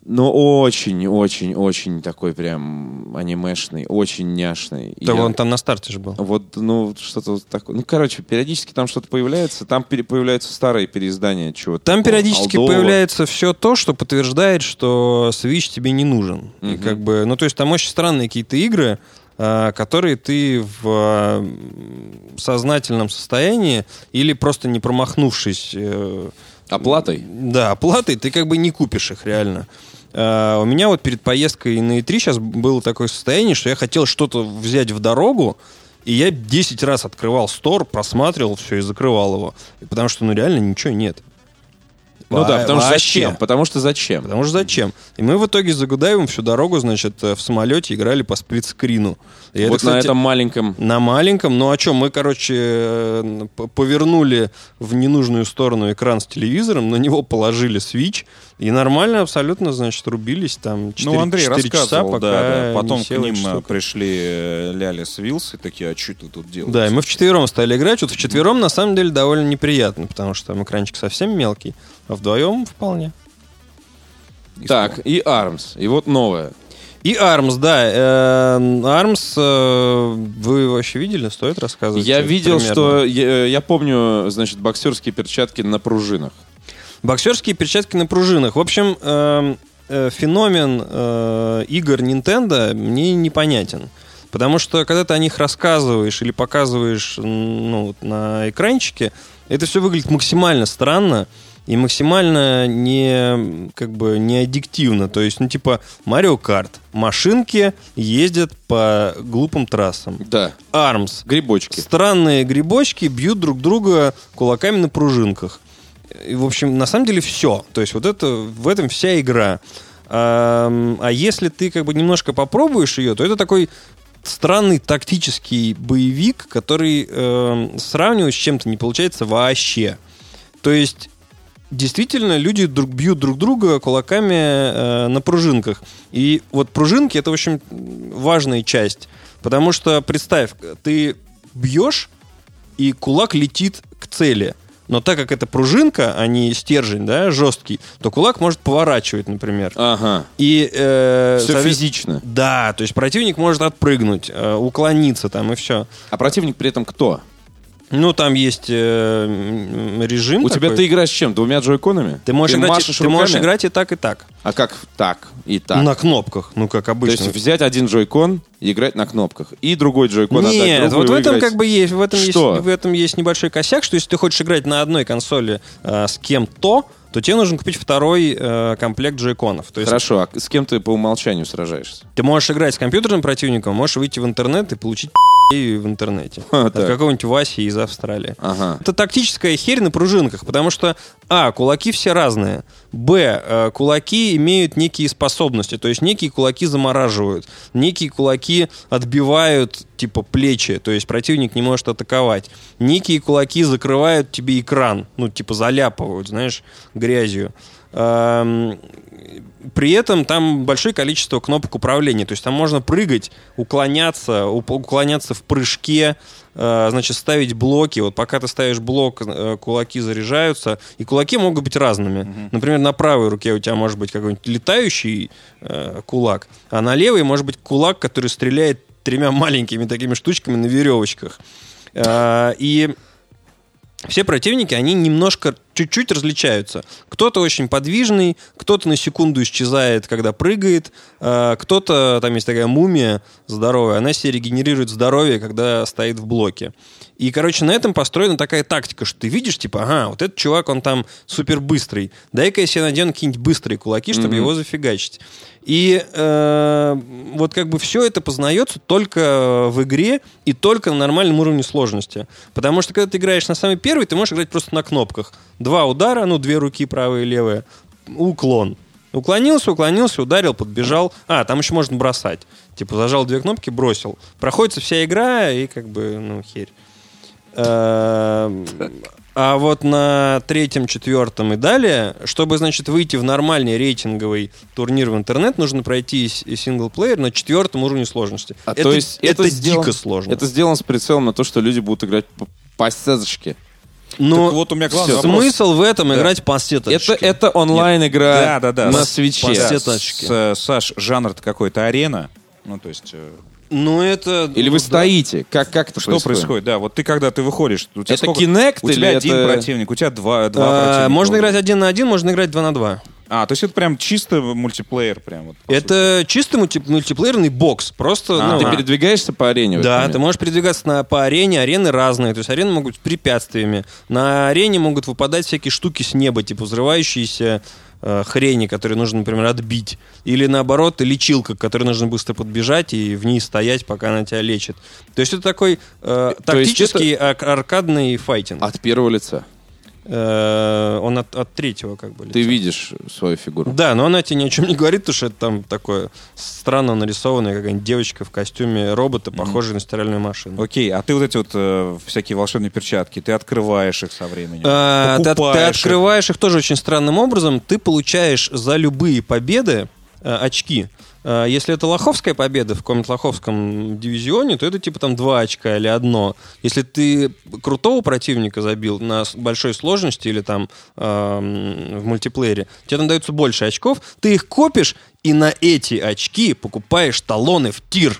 Speaker 1: но очень-очень-очень такой прям анимешный, очень няшный. И
Speaker 2: Да,
Speaker 1: я-
Speaker 2: он там на старте же был.
Speaker 1: Вот, ну, что-то вот такое. Ну, короче, периодически там что-то появляется, там пере- появляются старые переиздания чего-то.
Speaker 2: Там
Speaker 1: такого
Speaker 2: периодически
Speaker 1: олдового.
Speaker 2: появляется все то, что подтверждает, что Switch тебе не нужен. И
Speaker 1: Мгм.
Speaker 2: как бы, ну, то есть там очень странные какие-то игры, а, которые ты в а, м, сознательном состоянии или просто не промахнувшись э,
Speaker 1: Оплатой?
Speaker 2: Да, оплатой ты как бы не купишь их реально. А, У меня вот перед поездкой на E3 сейчас было такое состояние, что я хотел что-то взять в дорогу, и я 10 раз открывал стор, просматривал все и закрывал его. Потому что, ну, реально ничего нет.
Speaker 1: Ну да,
Speaker 2: Во-
Speaker 1: потому что
Speaker 2: вообще.
Speaker 1: зачем? Потому что зачем?
Speaker 2: Потому что зачем? И мы в итоге за Гудаевым всю дорогу, значит, э, в самолете играли по сплитскрину. И это,
Speaker 1: вот на
Speaker 2: кстати,
Speaker 1: этом маленьком
Speaker 2: на маленьком, ну а что, мы, короче, э, п- повернули в ненужную сторону экран с телевизором, на него положили свич, и нормально абсолютно, значит, рубились там 4,
Speaker 3: ну, Андрей
Speaker 2: часа,
Speaker 3: рассказывал,
Speaker 2: пока
Speaker 3: да, да.
Speaker 2: не
Speaker 3: Потом к
Speaker 2: села
Speaker 3: ним
Speaker 2: эта
Speaker 3: э,
Speaker 2: штука.
Speaker 3: пришли э, Ляля с Вилс и такие, а что ты тут делаешь?
Speaker 2: Да, и мы вчетвером стали играть. Вот вчетвером, на самом деле, довольно неприятно, потому что там экранчик совсем мелкий, а вдвоем вполне.
Speaker 3: И
Speaker 1: Так, и Армс. И вот новое.
Speaker 2: И Армс, да. э, Армс, э, вы вообще видели? Стоит рассказывать?
Speaker 1: Я
Speaker 2: э,
Speaker 1: видел,
Speaker 2: примерно?
Speaker 1: что... Я, я помню, значит, боксерские перчатки на пружинах.
Speaker 2: Боксерские перчатки на пружинах. В общем, эм, э, феномен э, игр Nintendo мне непонятен. Потому что, когда ты о них рассказываешь или показываешь м, ну, вот на экранчике, это все выглядит максимально странно и максимально не, как бы, не аддиктивно. То есть, ну, типа, Марио Карт. Машинки ездят по глупым трассам.
Speaker 1: Да.
Speaker 2: Армс.
Speaker 1: Грибочки.
Speaker 2: Странные грибочки бьют друг друга кулаками на пружинках. И, в общем, на самом деле все. То есть вот это, в этом вся игра. Ам, А если ты как бы немножко попробуешь ее, то это такой странный тактический боевик, который эм, сравнивать с чем-то не получается вообще. То есть действительно люди друг, бьют друг друга кулаками э, на пружинках. И вот пружинки это очень важная часть. Потому что, представь, ты бьешь, и кулак летит к цели. Но так как это пружинка, а не стержень, да, жесткий, то кулак может поворачивать, например.
Speaker 1: Ага.
Speaker 2: И, э,
Speaker 1: Все
Speaker 2: сове-
Speaker 1: физично.
Speaker 2: Да, то есть противник может отпрыгнуть, э, уклониться там и все.
Speaker 1: А противник при этом кто?
Speaker 2: Ну, там есть э, м, режим
Speaker 1: У
Speaker 2: Ну, такой.
Speaker 1: тебя ты играешь с чем? Двумя джойконами?
Speaker 2: Ты можешь, играть,
Speaker 1: машешь
Speaker 2: ты можешь
Speaker 1: руками?
Speaker 2: играть и так, и так.
Speaker 1: А как так и так?
Speaker 2: На кнопках, ну, как
Speaker 1: То
Speaker 2: обычно.
Speaker 1: есть взять один джойкон и играть на кнопках. И другой джойкон
Speaker 2: Нет,
Speaker 1: отдать
Speaker 2: вот в этом как бы есть, в этом есть,
Speaker 1: Что?
Speaker 2: в этом есть небольшой косяк, что если ты хочешь играть на одной консоли э, с кем-то, то тебе нужно купить второй э, комплект джойконов. То есть
Speaker 1: Хорошо, а с кем ты по умолчанию сражаешься?
Speaker 2: ты можешь играть с компьютерным противником, можешь выйти в интернет и получить пи***ею в интернете.
Speaker 1: Ха,
Speaker 2: От
Speaker 1: так.
Speaker 2: какого-нибудь Васи из Австралии.
Speaker 1: Ага.
Speaker 2: Это тактическая херь на пружинках, потому что, а, кулаки все разные, б, э, кулаки имеют некие способности, то есть некие кулаки замораживают, некие кулаки отбивают, типа, плечи, то есть противник не может атаковать, некие кулаки закрывают тебе экран, ну, типа, заляпывают, знаешь, грязью. Эм, при этом там большое количество кнопок управления. То есть там можно прыгать, уклоняться, уп- уклоняться в прыжке, э, значит, ставить блоки. Вот пока ты ставишь блок, э, кулаки заряжаются. И кулаки могут быть разными. Например, на правой руке у тебя может быть какой-нибудь летающий э, кулак, а на левой может быть кулак, который стреляет тремя маленькими такими штучками на веревочках. Э, и все противники, они немножко, чуть-чуть различаются. Кто-то очень подвижный, кто-то на секунду исчезает, когда прыгает, э, кто-то, там есть такая мумия здоровая, она себе регенерирует здоровье, когда стоит в блоке. И, короче, на этом построена такая тактика, что ты видишь, типа, ага, вот этот чувак, он там супер быстрый, дай-ка я себе надену какие-нибудь быстрые кулаки, чтобы
Speaker 1: Мгм.
Speaker 2: его зафигачить. И э, вот как бы все это познается только э, в игре и только на нормальном уровне сложности. Потому что когда ты играешь на самый первый, ты можешь играть просто на кнопках. Два удара, ну, две руки, правая и левая, уклон. Уклонился, уклонился, ударил, подбежал. А, там еще можно бросать. Типа зажал две кнопки, бросил. Проходится вся игра и как бы, ну, херь. Эм, А вот на третьем, четвертом и далее, чтобы, значит, выйти в нормальный рейтинговый турнир в интернет, нужно пройти с- и синглплеер на четвертом уровне сложности.
Speaker 1: А то есть это,
Speaker 2: это
Speaker 1: сделано-
Speaker 2: дико сложно.
Speaker 1: Это сделано с прицелом на то, что люди будут играть по, по сеточке.
Speaker 2: Но
Speaker 3: Так вот у меня главный
Speaker 1: всё.
Speaker 3: вопрос.
Speaker 2: Ну, смысл в этом играть по
Speaker 1: Это,
Speaker 2: сеточке?
Speaker 1: это онлайн-игра
Speaker 3: Да, да, да.
Speaker 1: на
Speaker 3: С-
Speaker 1: свече.
Speaker 3: Да,
Speaker 2: Все
Speaker 3: с-
Speaker 2: тачки.
Speaker 3: э, Саш, жанр-то какой-то арена. Ну, то есть, э,
Speaker 2: Ну, это...
Speaker 1: Или вы
Speaker 2: ну, да.
Speaker 1: стоите? Как, как это
Speaker 3: что происходит? Да, вот ты когда ты выходишь, у тебя
Speaker 1: Это
Speaker 3: сколько-
Speaker 1: Kinect
Speaker 3: У тебя
Speaker 1: или
Speaker 3: один
Speaker 1: это-
Speaker 3: противник, у тебя два, два
Speaker 2: А,
Speaker 3: противника.
Speaker 2: Можно играть один на один, можно играть два на два.
Speaker 3: А, то есть это прям чисто мультиплеер прям. вот, по сути.
Speaker 2: Это чисто мульти- мультиплеерный бокс. Просто...
Speaker 3: А,
Speaker 2: ну,
Speaker 1: Ты
Speaker 3: Ага.
Speaker 1: передвигаешься по арене? в этот
Speaker 2: Да,
Speaker 1: момент?
Speaker 2: ты можешь передвигаться на, по арене, арены разные, то есть арены могут быть с препятствиями. На арене могут выпадать всякие штуки с неба, типа взрывающиеся э, хрени, которые нужно, например, отбить. Или наоборот, лечилка, к которой нужно быстро подбежать и в ней стоять, пока она тебя лечит. То есть это такой э,
Speaker 1: То есть А
Speaker 2: тактический ак- аркадный файтинг.
Speaker 1: От первого лица.
Speaker 2: Э, он от, от третьего как бы.
Speaker 1: Ты
Speaker 2: лица.
Speaker 1: видишь свою фигуру.
Speaker 2: Да, но она тебе ни о чем не говорит, потому что это там такое странно нарисованная какая-нибудь девочка в костюме робота, похожая на стиральную машину.
Speaker 3: Окей, а ты вот эти вот э, всякие волшебные перчатки, ты открываешь их со временем.
Speaker 2: А, Ты, ты
Speaker 3: покупаешь их.
Speaker 2: открываешь их тоже очень странным образом. Ты получаешь за любые победы э, очки. Э, Если это лоховская победа в каком-нибудь лоховском дивизионе, то это типа там два очка или одно. Если ты крутого противника забил на с- большой сложности или там эм, в мультиплеере, тебе там дается больше очков, ты их копишь и на эти очки покупаешь талоны в тир.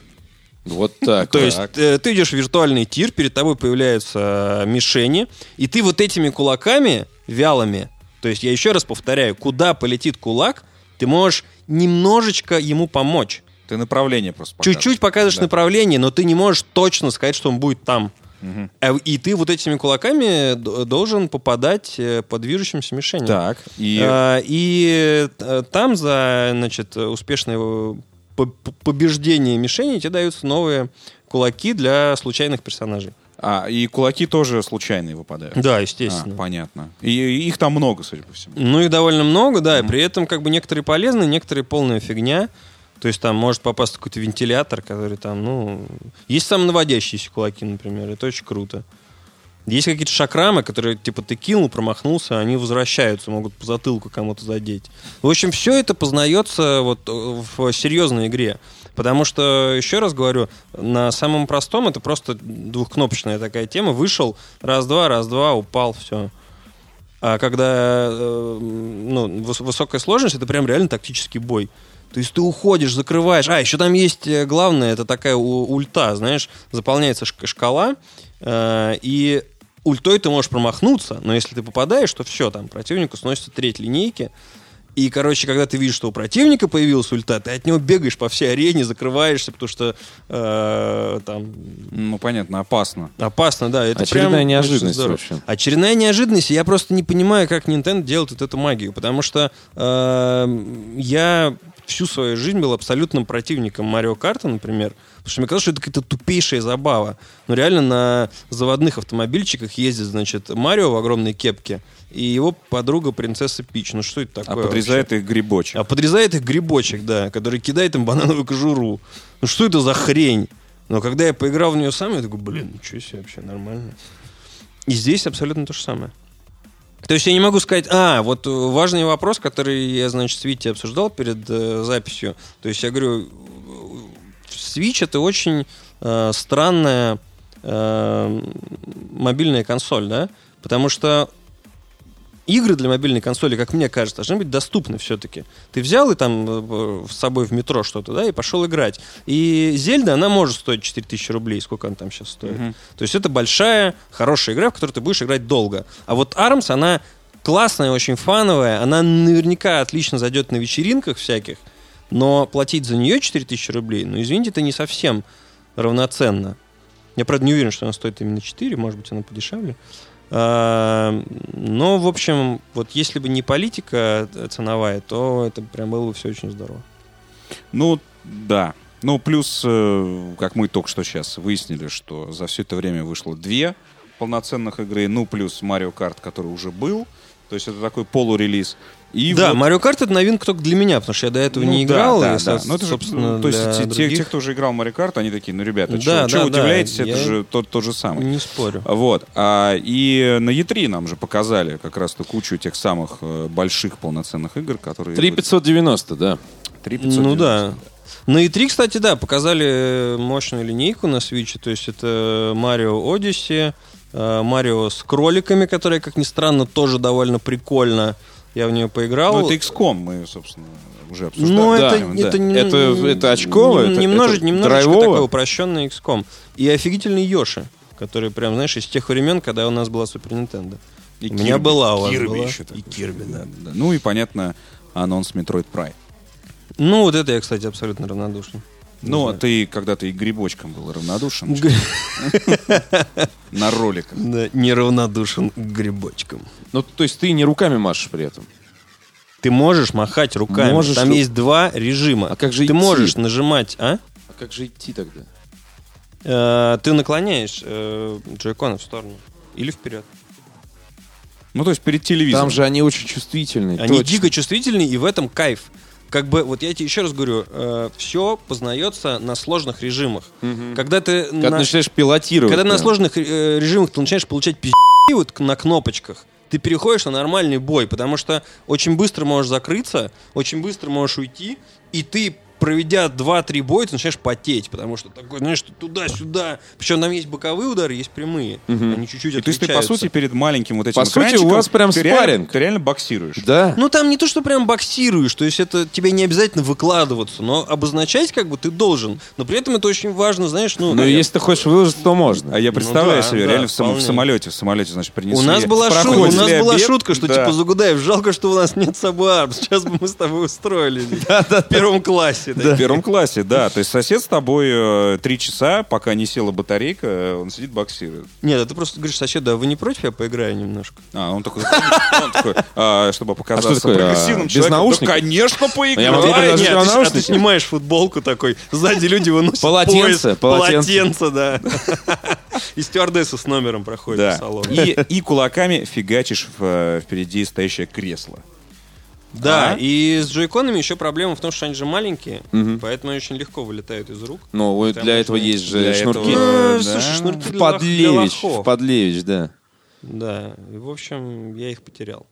Speaker 1: Вот так.
Speaker 2: То
Speaker 1: вот.
Speaker 2: есть э, ты идешь в виртуальный тир, перед тобой появляются э, мишени, и ты вот этими кулаками вялыми, то есть я еще раз повторяю, куда полетит кулак, ты можешь немножечко ему помочь.
Speaker 3: Ты направление просто показываешь.
Speaker 2: Чуть-чуть показываешь
Speaker 3: Да.
Speaker 2: направление, но ты не можешь точно сказать, что он будет там.
Speaker 3: Мгм.
Speaker 2: А в- И ты вот этими кулаками д- должен попадать э, по движущимся мишеням.
Speaker 3: Так, и...
Speaker 2: А, И э, там за значит, успешное э, по- по- побеждение мишени тебе даются новые кулаки для случайных персонажей.
Speaker 3: А, и кулаки тоже случайные выпадают.
Speaker 2: Да,
Speaker 3: А,
Speaker 2: естественно.
Speaker 3: понятно. И, и их там много, судя по всему.
Speaker 2: Ну, их довольно много, да, и при этом как бы некоторые полезны, некоторые полная фигня. То есть там может попасть какой-то вентилятор, который там, ну... Есть самонаводящиеся кулаки, например, это очень круто. Есть какие-то шакрамы, которые, типа, ты кинул, промахнулся, они возвращаются, могут по затылку кому-то задеть. В общем, все это познается вот э, в серьезной игре. Потому что, еще раз говорю, на самом простом это просто двухкнопочная такая тема. Вышел, раз-два, раз-два, упал, все. А когда э, ну, выс- высокая сложность, это прям реально тактический бой. То есть ты уходишь, закрываешь. А, еще там есть э, главное, это такая у- ульта, знаешь, заполняется шк- шкала, э, и ультой ты можешь промахнуться, но если ты попадаешь, то все, там противнику сносится треть линейки. И, короче, когда ты видишь, что у противника появилась ульта, ты от него бегаешь по всей арене, закрываешься, потому что э, там
Speaker 3: Ну, понятно, опасно.
Speaker 2: Опасно, да. Это
Speaker 1: Очередная
Speaker 2: прям
Speaker 1: неожиданность,
Speaker 2: очень здорово.
Speaker 1: в общем.
Speaker 2: Очередная неожиданность. Я просто не понимаю, как Nintendo делает вот эту магию, потому что эм, я всю свою жизнь был абсолютным противником Марио Карта, например, потому что мне казалось, что это какая-то тупейшая забава. Ну, реально на заводных автомобильчиках ездит, значит, Марио в огромной кепке и его подруга принцесса Пич. Ну, что это
Speaker 3: А
Speaker 2: такое?
Speaker 3: подрезает их грибочек.
Speaker 2: А подрезает их грибочек, да, который кидает им банановую кожуру. Ну что это за хрень? Но когда я поиграл в нее сам, я такой, блин, ничего себе, вообще нормально. И здесь абсолютно то же самое. То есть я не могу сказать, а, вот э, важный вопрос, который я, значит, с Витей обсуждал перед э, записью. То есть я говорю, э, Switch это очень э, странная э, мобильная консоль, да? Потому что игры для мобильной консоли, как мне кажется, должны быть доступны все-таки. Ты взял и там э, с собой в метро что-то, да, и пошел играть. И Зельда, она может стоить 4000 рублей, сколько она там сейчас стоит.
Speaker 3: Мгм.
Speaker 2: То есть это большая, хорошая игра, в которую ты будешь играть долго. А вот ARMS, она классная, очень фановая, она наверняка отлично зайдет на вечеринках всяких, но платить за нее 4000 рублей, ну, извините, это не совсем равноценно. Я, правда, не уверен, что она стоит именно 4, может быть, она подешевле. А, Но, в общем, вот если бы не политика э, ценовая, то это прям было бы все очень здорово.
Speaker 3: Ну, да. Ну, плюс, э, как мы только что сейчас выяснили, что за все это время вышло две полноценных игры. Ну, плюс Марио Карт, который уже был. То есть это такой полурелиз. И
Speaker 2: да,
Speaker 3: вот-
Speaker 2: Марио Карт это новинка только для меня, потому что я до этого
Speaker 3: Ну,
Speaker 2: не
Speaker 3: да,
Speaker 2: играл.
Speaker 3: да,
Speaker 2: и,
Speaker 3: да.
Speaker 2: со-
Speaker 3: Ну, это же,
Speaker 2: собственно,
Speaker 3: ну, то есть
Speaker 2: для
Speaker 3: те- те,
Speaker 2: других
Speaker 3: те, кто уже играл в Марио Карт, они такие, ну, ребята,
Speaker 2: Да,
Speaker 3: чего
Speaker 2: да,
Speaker 3: чего
Speaker 2: да,
Speaker 3: удивляетесь, это
Speaker 2: я-
Speaker 3: же то, то же самое.
Speaker 2: Не спорю.
Speaker 3: Вот. А, и на E3 нам же показали как раз-то кучу тех самых э, больших полноценных игр, которые...
Speaker 1: 3590, да.
Speaker 3: 3500.
Speaker 2: Ну да. На E3, кстати, да, показали мощную линейку на Switch. То есть это Марио Odyssey, э, Марио с кроликами, которая, как ни странно, тоже довольно прикольно. Я в нее поиграл.
Speaker 3: Ну, это XCOM мы, собственно, уже
Speaker 2: А
Speaker 3: обсуждали.
Speaker 2: Ну,
Speaker 1: Да,
Speaker 2: это,
Speaker 3: да.
Speaker 2: это, не-
Speaker 1: Это- это очково, это-
Speaker 2: немножечко,
Speaker 1: это
Speaker 2: немножечко
Speaker 1: драйвово.
Speaker 2: такой упрощенный XCOM. И офигительный Йоши, который прям, знаешь, из тех времен, когда у нас была Супер Нинтендо.
Speaker 3: И
Speaker 2: у меня
Speaker 3: Кирби.
Speaker 2: была, у вас
Speaker 3: Кирби
Speaker 2: была.
Speaker 3: еще
Speaker 2: И
Speaker 3: такой.
Speaker 2: Кирби, да.
Speaker 3: Да. Ну и, понятно, анонс Metroid Prime.
Speaker 2: Ну, вот это я, кстати, абсолютно равнодушен. Не
Speaker 3: Ну, а
Speaker 2: знаю.
Speaker 3: ты когда-то и грибочком был равнодушен на роликах.
Speaker 2: Да, неравнодушен к грибочкам.
Speaker 1: Ну, то есть ты не руками машешь при этом.
Speaker 2: Ты можешь махать руками.
Speaker 1: Можешь
Speaker 2: Там
Speaker 1: ру-
Speaker 2: есть два режима.
Speaker 1: А как же
Speaker 2: Ты
Speaker 1: идти?
Speaker 2: можешь нажимать, а?
Speaker 1: А как же идти тогда?
Speaker 2: Э, ты наклоняешь э, джойконы в сторону. Или вперед.
Speaker 3: Ну, то есть перед телевизором.
Speaker 1: Там же они очень чувствительные.
Speaker 2: Они
Speaker 1: точно.
Speaker 2: дико чувствительны, и в этом кайф. Как бы, вот я тебе еще раз говорю, все познается на сложных режимах.
Speaker 1: Мгм.
Speaker 2: Когда ты
Speaker 1: Когда
Speaker 2: на,
Speaker 1: ты начинаешь пилотировать.
Speaker 2: когда на
Speaker 1: прям.
Speaker 2: сложных э, режимах ты начинаешь получать пизди вот к- на кнопочках, ты переходишь на нормальный бой, потому что очень быстро можешь закрыться, очень быстро можешь уйти, и ты проведя 2-3 боя, ты начинаешь потеть, потому что такой, знаешь, ты туда-сюда. Причем там есть боковые удары, есть прямые.
Speaker 1: Мгм.
Speaker 2: Они чуть-чуть
Speaker 3: И ты, ты, по
Speaker 2: отличаются.
Speaker 3: сути, перед маленьким вот этим
Speaker 1: По сути, у
Speaker 3: экранчиком
Speaker 1: вас прям
Speaker 3: ты реально-
Speaker 1: спарринг.
Speaker 3: Ты реально боксируешь.
Speaker 1: Да.
Speaker 2: Ну там не то, что прям боксируешь, то есть это тебе не обязательно выкладываться, но обозначать как бы ты должен. Но при этом это очень важно, знаешь, ну...
Speaker 1: Но
Speaker 2: я-
Speaker 1: если ты хочешь выложить, то можно.
Speaker 3: А я
Speaker 2: Ну
Speaker 3: представляю
Speaker 2: да,
Speaker 3: себе,
Speaker 2: да,
Speaker 3: реально в, сам- в
Speaker 2: вполне.
Speaker 3: самолете, в самолете, значит, принесли.
Speaker 2: У нас была, шу- у
Speaker 3: проходит
Speaker 2: нас
Speaker 3: ли
Speaker 2: была
Speaker 3: обед?
Speaker 2: шутка, что
Speaker 3: Да.
Speaker 2: типа Загудаев, жалко, что у нас нет с собой арм. Сейчас бы мы с тобой устроили в первом классе. да.
Speaker 3: В первом классе, да. То есть сосед с тобой э, три часа, пока не села батарейка, э, он сидит боксирует.
Speaker 2: Нет, а ты просто говоришь, сосед, да вы не против, я поиграю немножко?
Speaker 3: А, он такой, он такой, а, чтобы показаться
Speaker 1: А что такое,
Speaker 3: прогрессивным
Speaker 1: а, без
Speaker 3: человеком,
Speaker 1: наушников?
Speaker 3: Да, конечно, поиграй.
Speaker 1: Я могу
Speaker 2: А,
Speaker 1: предложить
Speaker 2: нет,
Speaker 1: вам
Speaker 2: ты с- а ты
Speaker 1: наушники?
Speaker 2: снимаешь футболку такой, сзади люди выносят
Speaker 1: Полотенце,
Speaker 2: пояс,
Speaker 1: полотенце.
Speaker 2: полотенце, да. И стюардесса с номером проходит по салону.
Speaker 3: И, и кулаками фигачишь в, э, впереди стоящее кресло.
Speaker 2: Да,
Speaker 3: А?
Speaker 2: и с джойконами еще проблема в том, что они же маленькие, поэтому они очень легко вылетают из рук.
Speaker 1: Ну, вот
Speaker 2: Там
Speaker 1: для
Speaker 2: очень-
Speaker 1: этого есть же
Speaker 3: для
Speaker 1: шнурки.
Speaker 3: этого,
Speaker 2: Э,
Speaker 3: да.
Speaker 2: Слушай, шнурки
Speaker 1: В
Speaker 2: для лох- для
Speaker 1: Подлевич, в
Speaker 2: лохов.
Speaker 1: Подлевич, да.
Speaker 2: Да, и, в общем, я их потерял.